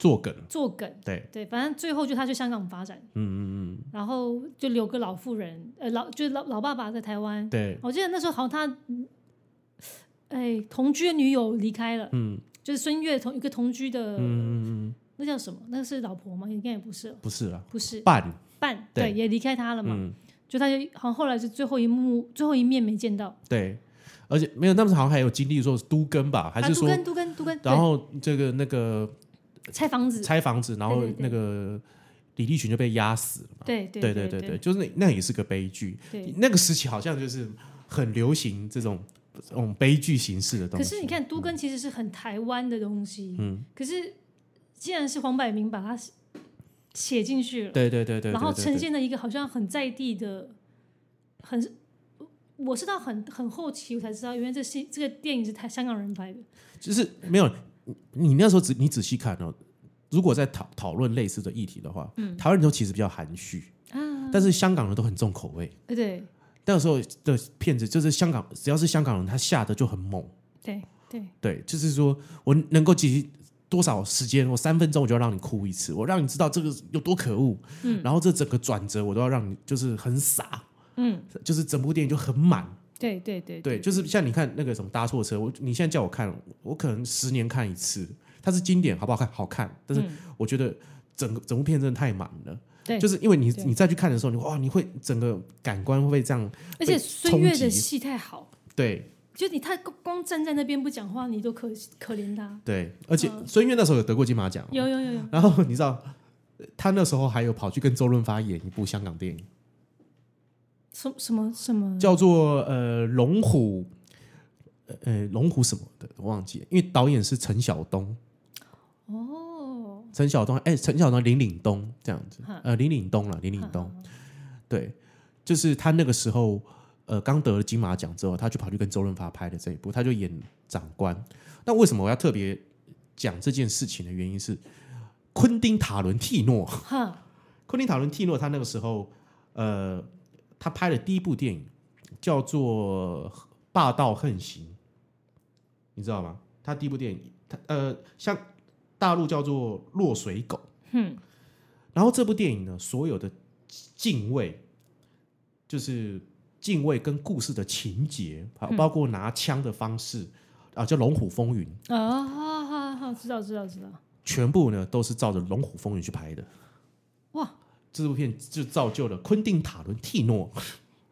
Speaker 1: 作梗，
Speaker 2: 做梗。
Speaker 1: 对，
Speaker 2: 对，反正最后就他去香港发展，
Speaker 1: 嗯嗯
Speaker 2: 然后就留个老妇人，呃，老就是老老爸爸在台湾
Speaker 1: 嗯，。对，
Speaker 2: 我记得那时候好像他，哎，同居的女友离开了，
Speaker 1: 嗯
Speaker 2: 就是孙悦同一个同居的，
Speaker 1: 嗯嗯嗯
Speaker 2: 那叫什么？那是老婆吗？应该也不是了，
Speaker 1: 嗯，不是啦，
Speaker 2: 不是
Speaker 1: 半，
Speaker 2: 伴，
Speaker 1: 对
Speaker 2: 对，也离开他了嘛。
Speaker 1: 嗯，
Speaker 2: 就他就好像后来就最后一幕最后一面没见到，
Speaker 1: 对，而且没有，那时候好像还有经历说是都更吧，还
Speaker 2: 啊
Speaker 1: 是
Speaker 2: 都
Speaker 1: 说，
Speaker 2: 跟都跟都跟，
Speaker 1: 然后这个那个
Speaker 2: 对拆房子，
Speaker 1: 拆房子，然后
Speaker 2: 对对嗯对
Speaker 1: 那个李立群就被压死了嘛，
Speaker 2: 对对
Speaker 1: 对
Speaker 2: 对
Speaker 1: 对对，就是那那也是个悲剧，
Speaker 2: 对。
Speaker 1: 那个时期好像就是很流行这种这种悲剧形式的东
Speaker 2: 可
Speaker 1: 西，
Speaker 2: 是你看，都
Speaker 1: 嗯
Speaker 2: 跟其实是很台湾的东西，嗯，可是既然是黄百鸣把它写写进去了，
Speaker 1: 对对对对，
Speaker 2: 然后
Speaker 1: 对对
Speaker 2: 呈
Speaker 1: 对
Speaker 2: 现了一个好像很在地的，很。我是到很很后期我才知道，原来这戏这个电影是台香港人拍的。
Speaker 1: 就是没有你你那时候仔你仔细看哦，如果在讨讨论类似的议题的话，
Speaker 2: 嗯
Speaker 1: 台湾人都其实比较含蓄，
Speaker 2: 啊
Speaker 1: 但是香港人都很重口味。
Speaker 2: 哎，对
Speaker 1: 那时候的片子就是香港，只要是香港人，他下的就很猛。
Speaker 2: 对对，
Speaker 1: 对，就是说我能够其实多少时间，我三分钟我就要让你哭一次，我让你知道这个有多可恶。嗯，然后这整个转折我都要让你就是很傻，
Speaker 2: 嗯，
Speaker 1: 就是整部电影就很满。
Speaker 2: 对对对
Speaker 1: 对，就是像你看那个什么搭错车，我你现在叫我看，我可能十年看一次，它是经典，好不好看？好看，但是我觉得整个整部片真的太满了。
Speaker 2: 嗯对
Speaker 1: 就是因为你
Speaker 2: 对
Speaker 1: 你再去看的时候，你哇，你会整个感官会被这样
Speaker 2: 而且
Speaker 1: 被
Speaker 2: 孙
Speaker 1: 冲
Speaker 2: 悦
Speaker 1: 击
Speaker 2: 的戏太好，
Speaker 1: 对
Speaker 2: 就你他光光站在那边不讲话，你都可可怜他。
Speaker 1: 对，而且
Speaker 2: 嗯
Speaker 1: 孙悦那时候有得过金马奖哦，
Speaker 2: 有有有有，
Speaker 1: 然后你知道他那时候还有跑去跟周润发演一部香港电影，
Speaker 2: 什什么什么？
Speaker 1: 叫做呃龙虎，呃龙虎什么的我忘记了，因为导演是陈晓东。
Speaker 2: 哦，
Speaker 1: 陈晓东，哎、陈晓东、林岭东这样子
Speaker 2: 哈，
Speaker 1: 呃，林岭东了，林岭东
Speaker 2: 哈，
Speaker 1: 对，就是他那个时候，呃，刚得了金马奖之后，他就跑去跟周润发拍的这一部，他就演长官。那为什么我要特别讲这件事情的原因是，昆汀·塔伦蒂诺，
Speaker 2: 哈，
Speaker 1: 昆汀·塔伦蒂诺，他那个时候，呃，他拍的第一部电影叫做《霸道横行》，你知道吗？他第一部电影，他呃，像大陆叫做《落水狗》。
Speaker 2: 嗯，
Speaker 1: 然后这部电影呢，所有的敬畏，就是敬畏跟故事的情节，啊，包括拿枪的方式啊，叫《龙虎风云》，
Speaker 2: 啊，好好好，知道知道知道。
Speaker 1: 全部呢都是照着《龙虎风云》去拍的。
Speaker 2: 哇！
Speaker 1: 这部片就造就了昆汀·塔伦蒂诺，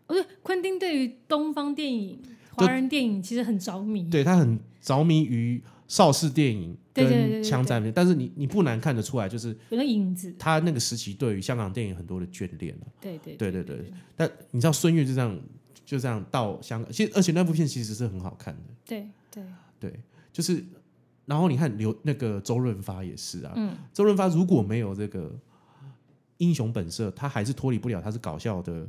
Speaker 2: 哦，对，昆汀对于东方电影、华人电影其实很着迷。
Speaker 1: 对他很着迷于邵氏电影
Speaker 2: 对对对
Speaker 1: 跟
Speaker 2: 对
Speaker 1: 枪战片，但是你你不难看得出来，就是
Speaker 2: 有那影子。
Speaker 1: 他那个时期对于香港电影很多的眷恋啊
Speaker 2: 对对
Speaker 1: 对对对，但你知道孙悦就这样就这样到香港，其实而且那部片其实是很好看的。
Speaker 2: 对对，
Speaker 1: 对，就是，然后你看刘那个周润发也是啊，
Speaker 2: 嗯
Speaker 1: 周润发如果没有这个英雄本色，他还是脱离不了他是搞笑的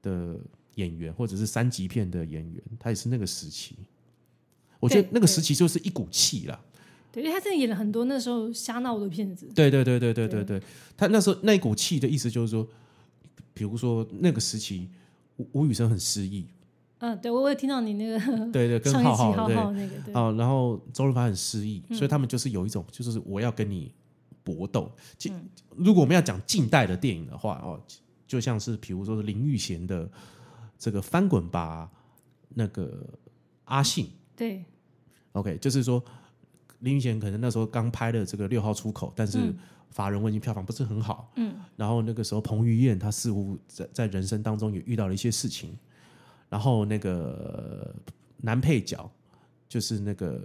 Speaker 1: 的演员，或者是三级片的演员，他也是那个时期。我觉得
Speaker 2: 对
Speaker 1: 那个
Speaker 2: 对
Speaker 1: 时期就是一股气啦，
Speaker 2: 对，因为他真的演了很多那时候瞎闹的片子。
Speaker 1: 对对对对对对对，他那时候那一股气的意思就是说，比如说那个时期吴吴宇森很失意，
Speaker 2: 嗯，对，我我也听到你那个
Speaker 1: 对对，跟
Speaker 2: 上一
Speaker 1: 浩
Speaker 2: 集
Speaker 1: 浩
Speaker 2: 浩
Speaker 1: 对
Speaker 2: 浩那个，对嗯
Speaker 1: 啊，然后周润发很失意，所以他们就是有一种，就是我要跟你搏斗。近、
Speaker 2: 嗯
Speaker 1: 如果我们要讲近代的电影的话，哦，就像是比如说林玉贤的这个《翻滚吧》，那个阿信
Speaker 2: 对
Speaker 1: ，OK，就是说林玉贤可能那时候刚拍了这个六号出口，但是法人问津票房不是很好，嗯，然后那个时候彭于晏他似乎在在人生当中也遇到了一些事情，然后那个呃男配角就是那个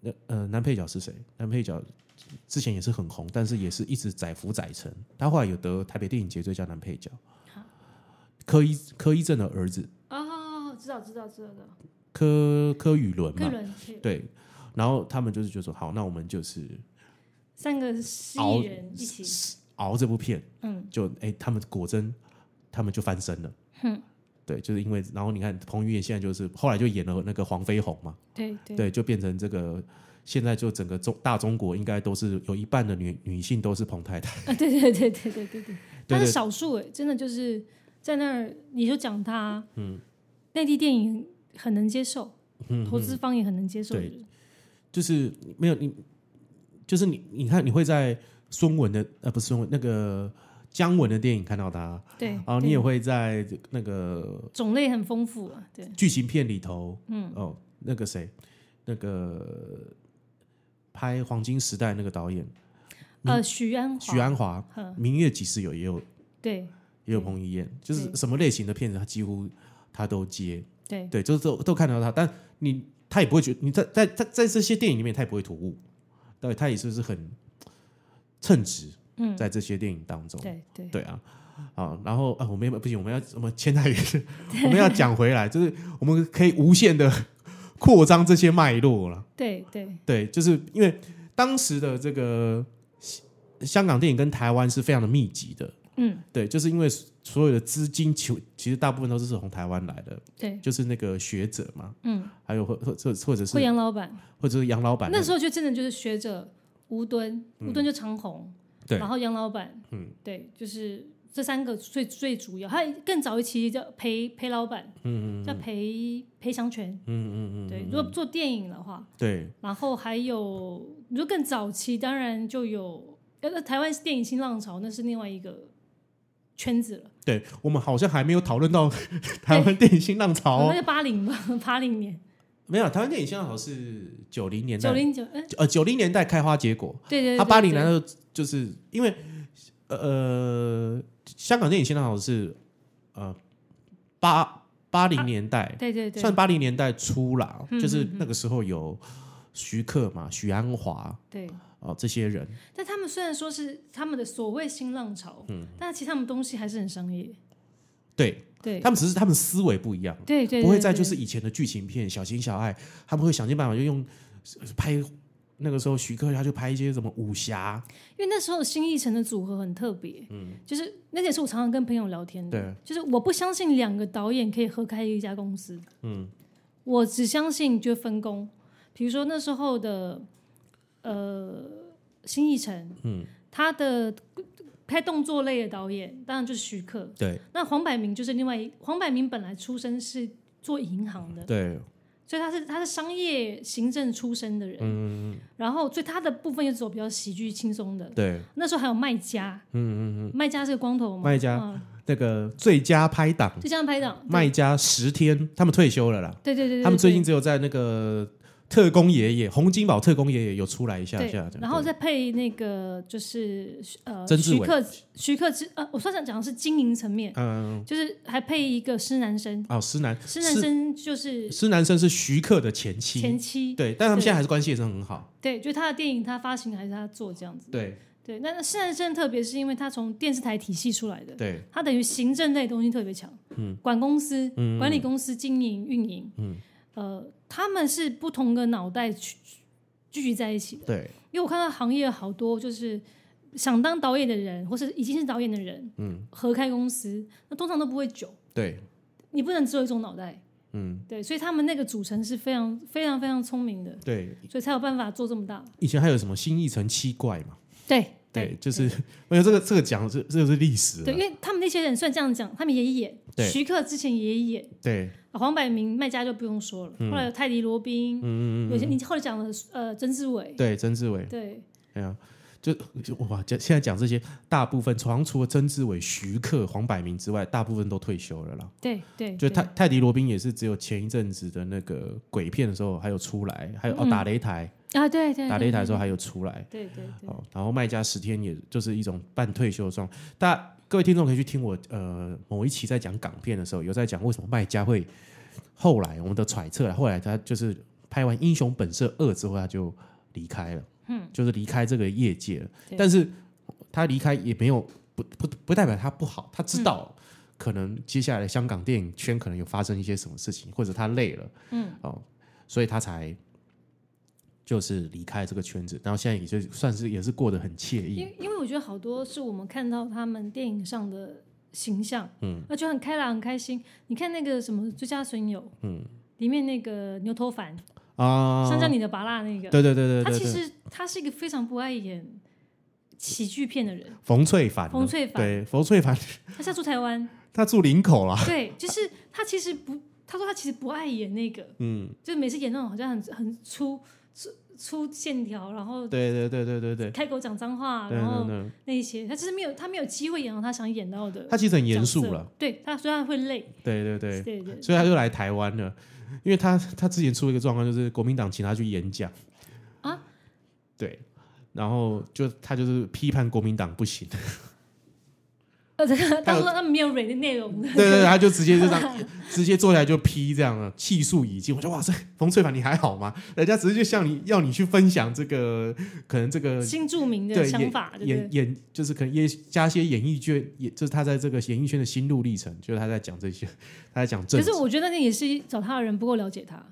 Speaker 1: 那呃男配角是谁？男配角之前也是很红，但是也是一直载浮载沉，他后来有得台北电影节最佳男配角，柯一柯一正的儿子
Speaker 2: 啊，知道知道知道知道，
Speaker 1: 柯柯宇伦嘛
Speaker 2: 个，人对
Speaker 1: 对，然后他们就是觉得说，好，那我们就是
Speaker 2: 三个蜥
Speaker 1: 熬
Speaker 2: 蜴人一起，
Speaker 1: 熬这部片，
Speaker 2: 嗯，
Speaker 1: 就哎、他们果真，他们就翻身了，哼，对，就是因为，然后你看彭于晏现在就是后来就演了那个黄飞鸿嘛，
Speaker 2: 对对
Speaker 1: 对，就变成这个。现在就整个中大中国应该都是有一半的女女性都是彭太太，
Speaker 2: 啊，对对对对对对对，
Speaker 1: 对
Speaker 2: 他
Speaker 1: 对
Speaker 2: 是少数哎，真的就是在那儿，你就讲他，嗯，内地电影很能接受，投资方也很能接受
Speaker 1: 嗯
Speaker 2: 的
Speaker 1: 对
Speaker 2: 人，
Speaker 1: 就是没有你，就是你你看你会在孙文的呃不是孙文那个姜文的电影看到他，
Speaker 2: 对
Speaker 1: 然后
Speaker 2: 对
Speaker 1: 啊你也会在那个
Speaker 2: 种类很丰富啊，对，
Speaker 1: 剧情片里头，嗯，哦，那个谁，那个拍《黄金时代》那个导演
Speaker 2: 呃，许鞍华，
Speaker 1: 许鞍华，《明月几时有》也有
Speaker 2: 对
Speaker 1: 也有彭于晏，就是
Speaker 2: 对
Speaker 1: 什么类型的片子他几乎他都接，
Speaker 2: 对
Speaker 1: 对，就是都都看到他，但你他也不会觉得你在在在在这些电影里面他也不会突兀，对，他也是不是很称职，嗯，在这些电影当中，
Speaker 2: 对对，
Speaker 1: 对啊，好，然后啊，我们要不行，我们要我们牵太远， 我们要讲回来，就是我们可以无限的 扩张这些脉络了。
Speaker 2: 对对
Speaker 1: 对，就是因为当时的这个香香港电影跟台湾是非常的密集的，
Speaker 2: 嗯，
Speaker 1: 对，就是因为所有的资金其其实大部分都是从台湾来的，
Speaker 2: 对，
Speaker 1: 就是那个学者嘛，
Speaker 2: 嗯，
Speaker 1: 还有或或或或者是
Speaker 2: 惠阳老板
Speaker 1: 或者是杨老板啊
Speaker 2: 那
Speaker 1: 的，
Speaker 2: 时候就真的就是学者吴敦，吴敦就长虹，
Speaker 1: 对
Speaker 2: 然后杨老板，嗯，对，就是这三个最最主要，还有更早一期叫裴裴老板，嗯嗯，叫裴裴祥全，嗯嗯嗯，对，如果做电影的话，
Speaker 1: 对
Speaker 2: 然后还有，如果更早期，当然就有，呃，那台湾电影新浪潮那是另外一个圈子了，
Speaker 1: 对，我们好像还没有讨论到 台湾电影新浪潮哦
Speaker 2: 那就八零吧，八零年、
Speaker 1: 没有，台湾电影新浪潮是九零年代
Speaker 2: 九，零九，哎，
Speaker 1: 呃，九零年代开花结果。
Speaker 2: 对对对，
Speaker 1: 他八零
Speaker 2: 对
Speaker 1: 年代就就是因为呃，香港电影新浪潮是呃八八零年代，
Speaker 2: 对啊对对
Speaker 1: 算八零年代初啦，
Speaker 2: 嗯
Speaker 1: 就是那个时候有徐克嘛、许鞍华
Speaker 2: 对，
Speaker 1: 哦这些人，
Speaker 2: 但他们虽然说是他们的所谓新浪潮，嗯，但其实他们东西还是很商业，
Speaker 1: 对
Speaker 2: 对
Speaker 1: 他们只是他们思维不一样，
Speaker 2: 对对，
Speaker 1: 不会
Speaker 2: 对
Speaker 1: 再
Speaker 2: 对
Speaker 1: 就是以前的剧情片小情小爱，他们会想尽办法就用拍。那个时候，徐克他就拍一些什么武侠，
Speaker 2: 因为那时候新艺城的组合很特别，嗯，就是那也是我常常跟朋友聊天的，
Speaker 1: 对，
Speaker 2: 就是我不相信两个导演可以合开一家公司，嗯，我只相信就分工，比如说那时候的呃新艺城，嗯，他的拍动作类的导演当然就是徐克，
Speaker 1: 对
Speaker 2: 那黄百鸣就是另外一黄百鸣本来出身是做银行的，
Speaker 1: 对，
Speaker 2: 所以他是他是商业行政出身的人，
Speaker 1: 嗯
Speaker 2: 然后所以他的部分又走比较喜剧轻松的。
Speaker 1: 对，
Speaker 2: 那时候还有麦家，嗯嗯嗯，麦家是个光头嘛，
Speaker 1: 卖家
Speaker 2: 嗯
Speaker 1: 那个最佳拍档
Speaker 2: 就这样拍档，
Speaker 1: 卖家十天，他们退休了啦。
Speaker 2: 对对对对，
Speaker 1: 他们最近
Speaker 2: 对
Speaker 1: 只有在那个特工爷爷、洪金宝特工爷爷有出来一下
Speaker 2: 对
Speaker 1: 下，
Speaker 2: 然后再配那个就是呃
Speaker 1: 曾志
Speaker 2: 徐
Speaker 1: 伟
Speaker 2: 克徐克之呃，我算想讲的是经营层面，
Speaker 1: 嗯，
Speaker 2: 就是还配一个施南生，
Speaker 1: 哦，施南
Speaker 2: 施南生就是
Speaker 1: 施南生是徐克的前妻，
Speaker 2: 前妻，
Speaker 1: 对，但他们现在还是关系也是很好，
Speaker 2: 对，就他的电影他发行还是他做这样子，
Speaker 1: 对
Speaker 2: 对，那那施南生特别是因为他从电视台体系出来的，
Speaker 1: 对
Speaker 2: 他等于行政类东西特别强，嗯，管公司、管理公司经营运营，嗯，呃，他们是不同的脑袋聚聚集在一起的，
Speaker 1: 对
Speaker 2: 因为我看到行业好多就是想当导演的人，或是已经是导演的人，嗯，合开公司，那通常都不会久，
Speaker 1: 对，
Speaker 2: 你不能只有一种脑袋，
Speaker 1: 嗯
Speaker 2: 对，所以他们那个组成是非常非常非常聪明的，
Speaker 1: 对，
Speaker 2: 所以才有办法做这么大，
Speaker 1: 以前还有什么新一城七怪嘛，
Speaker 2: 对
Speaker 1: 对，就是 没有这个这个讲这这个是历史
Speaker 2: 对，因
Speaker 1: 了，
Speaker 2: 为他们那些人虽然这样讲，他们也演，
Speaker 1: 对
Speaker 2: 徐克之前也演。
Speaker 1: 对
Speaker 2: 黄百鸣、卖家就不用说
Speaker 1: 嗯
Speaker 2: 了，后来有泰迪罗宾，有些你后来讲的呃曾志伟，
Speaker 1: 对，曾志伟，
Speaker 2: 对
Speaker 1: 嗯对啊。就就哇，这现在讲这些，大部分好像除了曾志伟、徐克、黄百鸣之外，大部分都退休了啦。
Speaker 2: 对对，
Speaker 1: 就
Speaker 2: 对
Speaker 1: 泰泰迪罗宾也是只有前一阵子的那个鬼片的时候还有出来，还有、哦打擂台，
Speaker 2: 啊对嗯对
Speaker 1: 打擂台的时
Speaker 2: 说，
Speaker 1: 候还有出来
Speaker 2: 对对对
Speaker 1: 哦。然后卖家十天也就是一种半退休的状态。大家各位听众可以去听我呃某一期在讲港片的时候，有在讲为什么卖家会后来我们的揣测，后来他就是拍完《英雄本色二》之后他就离开了，嗯，就是离开这个业界了。
Speaker 2: 对
Speaker 1: 但是他离开也没有不不不代表他不好，他知道、
Speaker 2: 嗯
Speaker 1: 可能接下来香港电影圈可能有发生一些什么事情，或者他累了，嗯，哦，所以他才就是离开这个圈子，然后现在也就算是也是过得很惬
Speaker 2: 因
Speaker 1: 意，
Speaker 2: 为因为我觉得好多是我们看到他们电影上的形象，嗯，那就很开朗很开心。你看那个什么《最佳损友》，嗯，里面那个牛头凡，
Speaker 1: 啊，
Speaker 2: 香蕉你的拔蜡那个，
Speaker 1: 对对对对
Speaker 2: 他
Speaker 1: 对
Speaker 2: 其
Speaker 1: 对，
Speaker 2: 实他是一个非常不爱演喜剧 片的人，
Speaker 1: 冯翠凡呢，
Speaker 2: 冯翠凡
Speaker 1: 对冯翠凡，
Speaker 2: 他现在住台湾，
Speaker 1: 他住林口 啦，
Speaker 2: 对，就是他其实不，他说他其实不爱演那个，嗯，就是每次演那种好像很很粗粗粗线条，然后
Speaker 1: 对对对对对对，
Speaker 2: 开口讲脏话，
Speaker 1: 对
Speaker 2: 然
Speaker 1: 对
Speaker 2: 后
Speaker 1: 对，
Speaker 2: 那些，他其实没有他没有机会演到他想演到的。
Speaker 1: 他其实很严肃了，，
Speaker 2: 对他虽然会累，
Speaker 1: 对对啊对
Speaker 2: 对，对对，
Speaker 1: 所以他就来台湾了，因为他他之前出了一个状况，就是国民党请他去演讲
Speaker 2: 啊，
Speaker 1: 对，然后就他就是批判国民党不行，
Speaker 2: 呃，当然他们没有蕊的内容的，
Speaker 1: 对对对，他就直接就这样直接坐下来就批这样了，气数已尽。我说哇塞，冯翠凡你还好吗？人家只是就像你要你去分享这个可能这个
Speaker 2: 新著名的
Speaker 1: 呃对
Speaker 2: 想
Speaker 1: 演
Speaker 2: 法，对不
Speaker 1: 演
Speaker 2: 对？
Speaker 1: 演就是可能也加些演艺圈，也就是他在这个演艺圈的心路历程，就是他在讲这些，他在讲政
Speaker 2: 可
Speaker 1: 治
Speaker 2: 是，我觉得那也是找他的人不够了解他。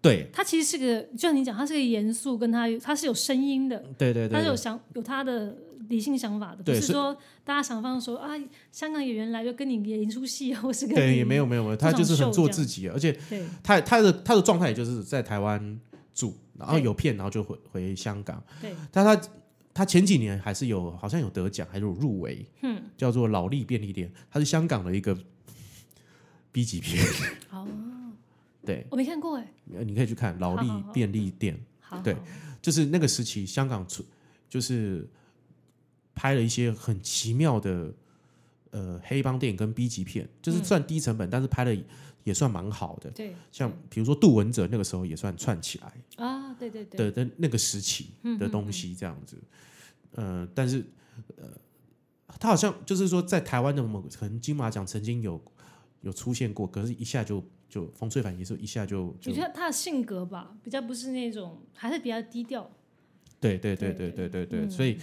Speaker 1: 对
Speaker 2: 他其实是个，就像你讲，他是个严肃，跟他他是有声音的，
Speaker 1: 对对
Speaker 2: 他是有
Speaker 1: 对，
Speaker 2: 想有他的理性想法的，不
Speaker 1: 对
Speaker 2: 是
Speaker 1: 所以
Speaker 2: 说大家想放说啊，香港演员来就跟你演一出戏，啊或是跟
Speaker 1: 对
Speaker 2: 你
Speaker 1: 也没有没有没有，他就是很做自己，而且
Speaker 2: 对
Speaker 1: 他他的他的状态也就是在台湾住，然后
Speaker 2: 对
Speaker 1: 有片，然后就回回香港。
Speaker 2: 对
Speaker 1: 但他他前几年还是有好像有得奖，还有入围，
Speaker 2: 嗯，
Speaker 1: 叫做《劳力便利店》，它是香港的一个 B 级片，
Speaker 2: 好，
Speaker 1: 对，
Speaker 2: 我没看过哎，
Speaker 1: 呃你可以去看《劳
Speaker 2: 好好
Speaker 1: 力
Speaker 2: 好
Speaker 1: 便利店》
Speaker 2: 好，
Speaker 1: 对
Speaker 2: 好
Speaker 1: 就是那个时期香港出就是拍了一些很奇妙的呃黑帮电影跟 B 级片，就是算低成本，但是拍的也算蛮好的，
Speaker 2: 对
Speaker 1: 像比如说杜文泽那个时候也算串起来。
Speaker 2: 啊，对对对，
Speaker 1: 的的那个时期的东西这样子。呃，但是呃，他好像就是说在台湾的某个可能金马奖曾经有有出现过，可是一下就就冯翠凡也是一下就
Speaker 2: 我
Speaker 1: 就
Speaker 2: 觉得他的性格吧，比较不是那种，还是比较低调，
Speaker 1: 对对对
Speaker 2: 对
Speaker 1: 对嗯对对对，所以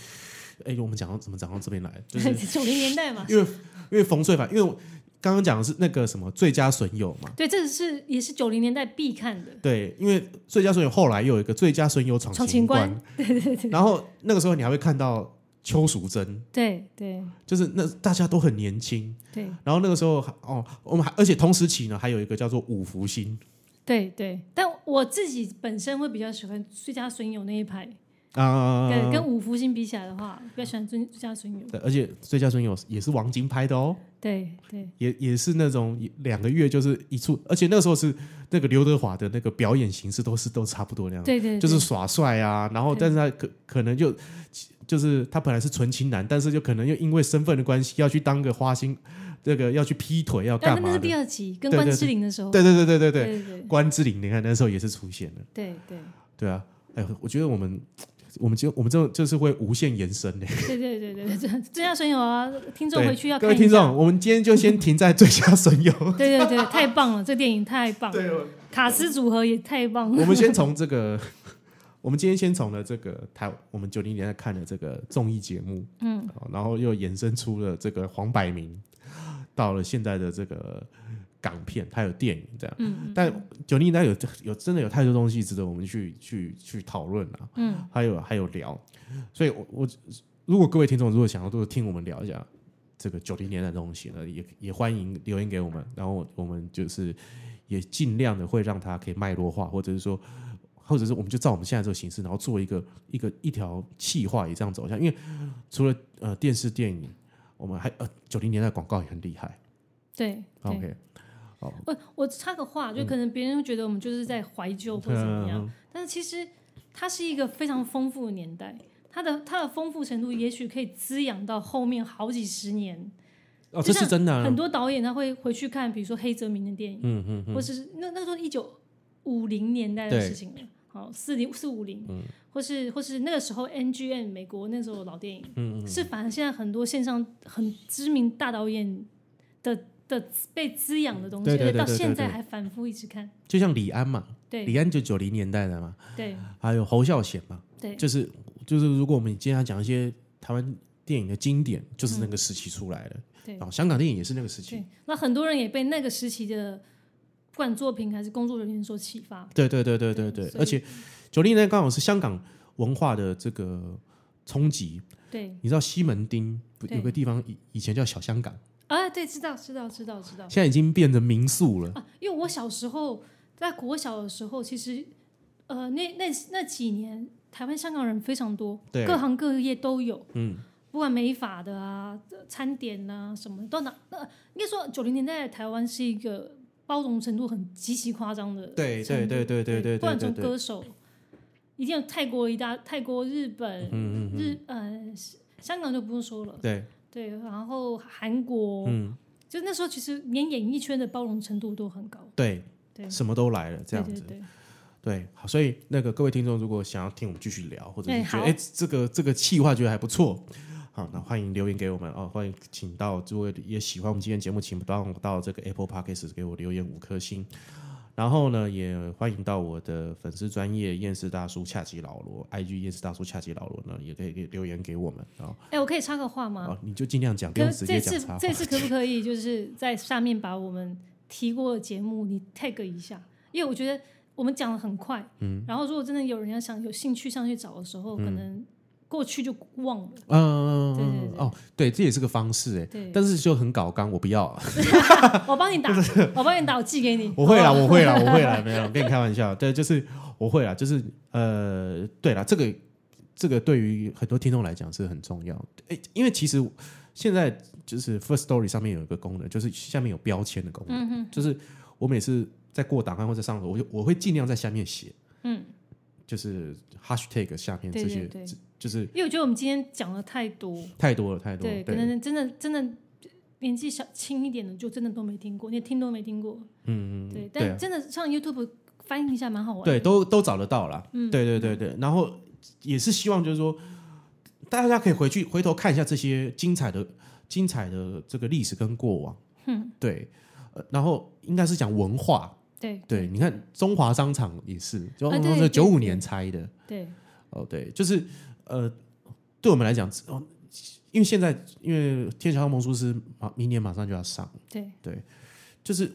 Speaker 1: 哎、我们讲到怎么讲到这边 来，就是
Speaker 2: 九零年代嘛，
Speaker 1: 因为因为冯翠凡，因为我刚刚讲的是那个什么最佳损友嘛。
Speaker 2: 对，这是也是九零年代必看的，
Speaker 1: 对，因为最佳损友后来又有一个最佳损友闯
Speaker 2: 闯
Speaker 1: 情
Speaker 2: 情
Speaker 1: 关，
Speaker 2: 关
Speaker 1: 对对对。然后那个时候你还会看到邱淑贞，
Speaker 2: 对对
Speaker 1: 就是那大家都很年轻，
Speaker 2: 对
Speaker 1: 然后那个时候还哦，我们还而且同时期呢，还有一个叫做五福星
Speaker 2: 对对，但我自己本身会比较喜欢最佳损友那一派，
Speaker 1: 啊，
Speaker 2: 跟跟五福星比起来的话，比较喜欢最最佳损友，
Speaker 1: 对，而且最佳损友也是王晶拍的哦，
Speaker 2: 对对
Speaker 1: 也也是那种两个月就是一处，而且那个时候是那个刘德华的那个表演形式都是都差不多那样，
Speaker 2: 对对，
Speaker 1: 就是
Speaker 2: 对
Speaker 1: 耍帅啊，然后
Speaker 2: 对
Speaker 1: 但是他可可能就就是他本来是纯情男，但是就可能又因为身份的关系要去当个花心，这个要去劈腿要
Speaker 2: 但
Speaker 1: 哦干
Speaker 2: 那那
Speaker 1: 嘛
Speaker 2: 是
Speaker 1: 的？
Speaker 2: 第二集跟
Speaker 1: 对
Speaker 2: 关
Speaker 1: 对
Speaker 2: 之琳的时候，
Speaker 1: 对对对对对对，
Speaker 2: 对对
Speaker 1: 关之琳，你看那时候也是出现了。
Speaker 2: 对对
Speaker 1: 对啊，哎，我觉得我们我们就我们这种就是会无限延伸的。
Speaker 2: 对对对对对，最最佳损友啊，听众
Speaker 1: 对
Speaker 2: 回去要
Speaker 1: 各
Speaker 2: 看
Speaker 1: 位
Speaker 2: 一
Speaker 1: 听众，
Speaker 2: 下。
Speaker 1: 我们今天就先停在最佳损友。
Speaker 2: 对对对，太棒了！这电影太棒了，
Speaker 1: 对，我
Speaker 2: 卡斯组合也太棒了。
Speaker 1: 我们先从这个， 我们今天先从了这个台，我们九零年代看的这个综艺节目，嗯，然后又衍生出了这个黄百鸣，到了现在的这个港片，它有电影这样，嗯，但九零年代有有真的有太多东西值得我们去去去讨论啊，嗯，还有还有聊，所以我我如果各位听众如果想要多听我们聊一下。这个九零年代的东西呢，也也欢迎留言给我们，然后我们就是也尽量的会让它可以脉络化，或者是说，或者是我们就照我们现在这个形式，然后做一个一个一条气化也这样走下去。因为除了呃电视电影，我们还呃九零年代广告也很厉害。
Speaker 2: 对对，
Speaker 1: OK，嗯
Speaker 2: 我我插个话，就可能别人会觉得我们就是在怀旧或者怎么样，但是其实它是一个非常丰富的年代，它的它的丰富程度也许可以滋养到后面好几十年。
Speaker 1: 哦，
Speaker 2: 就
Speaker 1: 这
Speaker 2: 像
Speaker 1: 是真的、
Speaker 2: 很
Speaker 1: 啊。
Speaker 2: 多导演他会回去看，比如说黑泽明的电影，嗯嗯或者是那那时候一九五零年代的
Speaker 1: 对嗯
Speaker 2: 事情了，好四零四五零，或是或是那个时候 NGN 美国那时候的老电影，嗯嗯是反正现在很多线上很知名大导演的的被滋养的东西，
Speaker 1: 对对对
Speaker 2: 而且到
Speaker 1: 对对
Speaker 2: 现在
Speaker 1: 对
Speaker 2: 还反复一直看，
Speaker 1: 就像李安嘛，
Speaker 2: 对
Speaker 1: 李安就九零年代的嘛，
Speaker 2: 对
Speaker 1: 还有侯孝贤嘛，
Speaker 2: 对
Speaker 1: 就是就是如果我们今天要讲一些台湾电影的经典，就是那个时期出来的。
Speaker 2: 对
Speaker 1: 然后香港电影也是那个时期
Speaker 2: 对。，那很多人也被那个时期的不管作品还是工作人员所启发，
Speaker 1: 对对对对对对，
Speaker 2: 所以
Speaker 1: 而且九零年代刚好是香港文化的这个冲击。
Speaker 2: 对
Speaker 1: 你知道西门町不
Speaker 2: 对
Speaker 1: 有个地方以以前叫小香港，
Speaker 2: 啊，对，知道知道知道知道。
Speaker 1: 现在已经变成民宿了。
Speaker 2: 啊，因为我小时候在国小的时候，其实呃，那那那几年台湾香港人非常多，
Speaker 1: 对
Speaker 2: 各行各业都有，嗯，不管美发的啊、呃餐点啊什么，都拿那、应该说九零年代的台湾是一个包容程度很极其夸张的程度，
Speaker 1: 对对对对对对对
Speaker 2: 不管
Speaker 1: 对
Speaker 2: 从
Speaker 1: 对
Speaker 2: 歌手。一定有泰国一大泰国、日本、
Speaker 1: 嗯嗯嗯，
Speaker 2: 日呃香港就不用说了，
Speaker 1: 对，
Speaker 2: 对，然后韩国，
Speaker 1: 嗯，
Speaker 2: 就那时候其实连演艺圈的包容程度都很高，
Speaker 1: 对，
Speaker 2: 对，
Speaker 1: 什么都来了，这样子，
Speaker 2: 对对对
Speaker 1: 对，好，所以那个各位听众如果想要听我们继续聊，或者是
Speaker 2: 哎
Speaker 1: 觉得
Speaker 2: 好
Speaker 1: 哎、这个这个企划觉得还不错，好，那欢迎留言给我们哦，欢迎请到如果也喜欢我们今天节目，请帮我到这个 Apple Podcast 给我留言五颗星。然后呢，也欢迎到我的粉丝专业厌世大叔恰吉老罗，IG 厌世大叔恰吉老罗呢，也可以给留言给我们啊、
Speaker 2: 哎，我可以插个话吗？
Speaker 1: 哦，你就尽量讲，不
Speaker 2: 可
Speaker 1: 用直
Speaker 2: 这
Speaker 1: 接讲
Speaker 2: 次
Speaker 1: 插话
Speaker 2: 这。次可不可以就是在下面把我们提过的节目你 tag 一下？因为我觉得我们讲的很快，嗯，然后如果真的有人要想有兴趣上去找的时候，可能过去就忘了，
Speaker 1: 嗯，
Speaker 2: 对对对
Speaker 1: 哦，对，这也是个方式哎，
Speaker 2: 对，
Speaker 1: 但是就很搞刚，我不要。啊
Speaker 2: 我帮你打，我帮你打，我寄给你，
Speaker 1: 我会啦，
Speaker 2: 好不好
Speaker 1: 我会啦，我会啦，没有跟你开玩笑。对，就是我会啦，就是呃，对啦，这个这个对于很多听众来讲是很重要。诶，因为其实现在就是 First Story 上面有一个功能，就是下面有标签的功
Speaker 2: 嗯
Speaker 1: 能，就是我每次在过档案或者上，我就我会尽量在下面写，
Speaker 2: 嗯，
Speaker 1: 就是 hashtag 下面这
Speaker 2: 对
Speaker 1: 些，
Speaker 2: 对对
Speaker 1: 这就是
Speaker 2: 因为我觉得我们今天讲的太多，
Speaker 1: 太多了，太多了。
Speaker 2: 对，可能真的真的年纪小轻一点的就真的都没听过，你也听都没听过，
Speaker 1: 嗯嗯，嗯
Speaker 2: 对，
Speaker 1: 对啊
Speaker 2: 但真的上 YouTube 翻译一下蛮好玩的，
Speaker 1: 对，都都找得到啦。
Speaker 2: 嗯
Speaker 1: 对对对对，然后也是希望就是说，大家可以回去回头看一下这些精彩的、精彩的这个历史跟过往。嗯，对，呃然后应该是讲文化。
Speaker 2: 对
Speaker 1: 对，你看中华商场也是，中华
Speaker 2: 啊
Speaker 1: 商
Speaker 2: 对
Speaker 1: 场是
Speaker 2: 对
Speaker 1: 九五年拆的。
Speaker 2: 对
Speaker 1: 哦，对，就是呃，对我们来讲，哦因为现在因为《天桥上魔术师》马明年马上就要上，
Speaker 2: 对
Speaker 1: 就是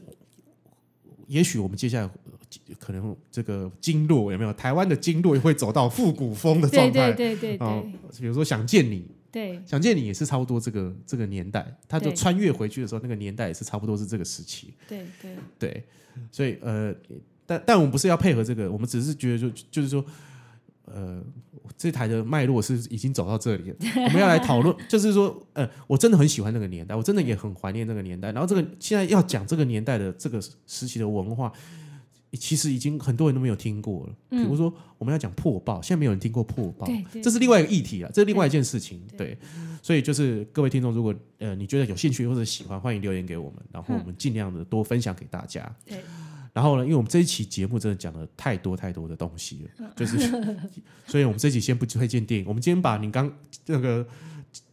Speaker 1: 也许我们接下来呃可能这个经络有没有台湾的经络也会走到复古风的
Speaker 2: 对
Speaker 1: 状态
Speaker 2: 对对对
Speaker 1: 哦
Speaker 2: 对
Speaker 1: 比如说想见你，
Speaker 2: 对
Speaker 1: 想见你也是差不多这个这个年代，他就
Speaker 2: 对
Speaker 1: 穿越回去的时候，那个年代也是差不多是这个时期，
Speaker 2: 对对。
Speaker 1: 对，
Speaker 2: 嗯
Speaker 1: 所以呃，但但我们不是要配合这个，我们只是觉得就就是说。呃，这台的脉络是已经走到这 里了，我们要来讨论，就是说，呃，我真的很喜欢那个年代，我真的也很怀念那个年代。然后这个现在要讲这个年代的这个时期的文化，其实已经很多人都没有听过了。比如说，我们要讲破报，现在没有人听过破报
Speaker 2: 嗯对，对
Speaker 1: 这是另外一个议题了，啊这是另外一件事情。
Speaker 2: 对
Speaker 1: 对，所以就是各位听众，如果呃你觉得有兴趣或者喜欢，欢迎留言给我们，然后
Speaker 2: 嗯
Speaker 1: 我们尽量的多分享给大家。
Speaker 2: 对，
Speaker 1: 然后呢，因为我们这一期节目真的讲了太多太多的东西
Speaker 2: 嗯
Speaker 1: 了，就是， 所以我们这一期先不推荐电影，我们今天把你刚那个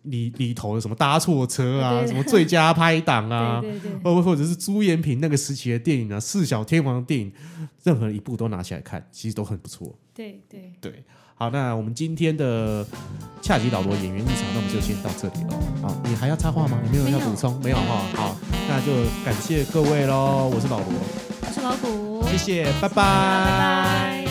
Speaker 1: 里里头的什么搭错车啊，
Speaker 2: 对
Speaker 1: 什么最佳拍档啊，
Speaker 2: 对对
Speaker 1: 或或者是朱延平那个时期的电影啊，四小天王的电影，任何一部都拿起来看，其实都很不错。
Speaker 2: 对对对，
Speaker 1: 对，好，那我们今天的恰吉老罗演员日常，那我们就先到这里了。好，你还要插话吗？你没有要
Speaker 2: 没有
Speaker 1: 补充？没有哈。好，那就感谢各位喽，我是老罗，
Speaker 2: 我是老虎，
Speaker 1: 谢谢，拜
Speaker 2: 拜
Speaker 1: 拜
Speaker 2: 拜。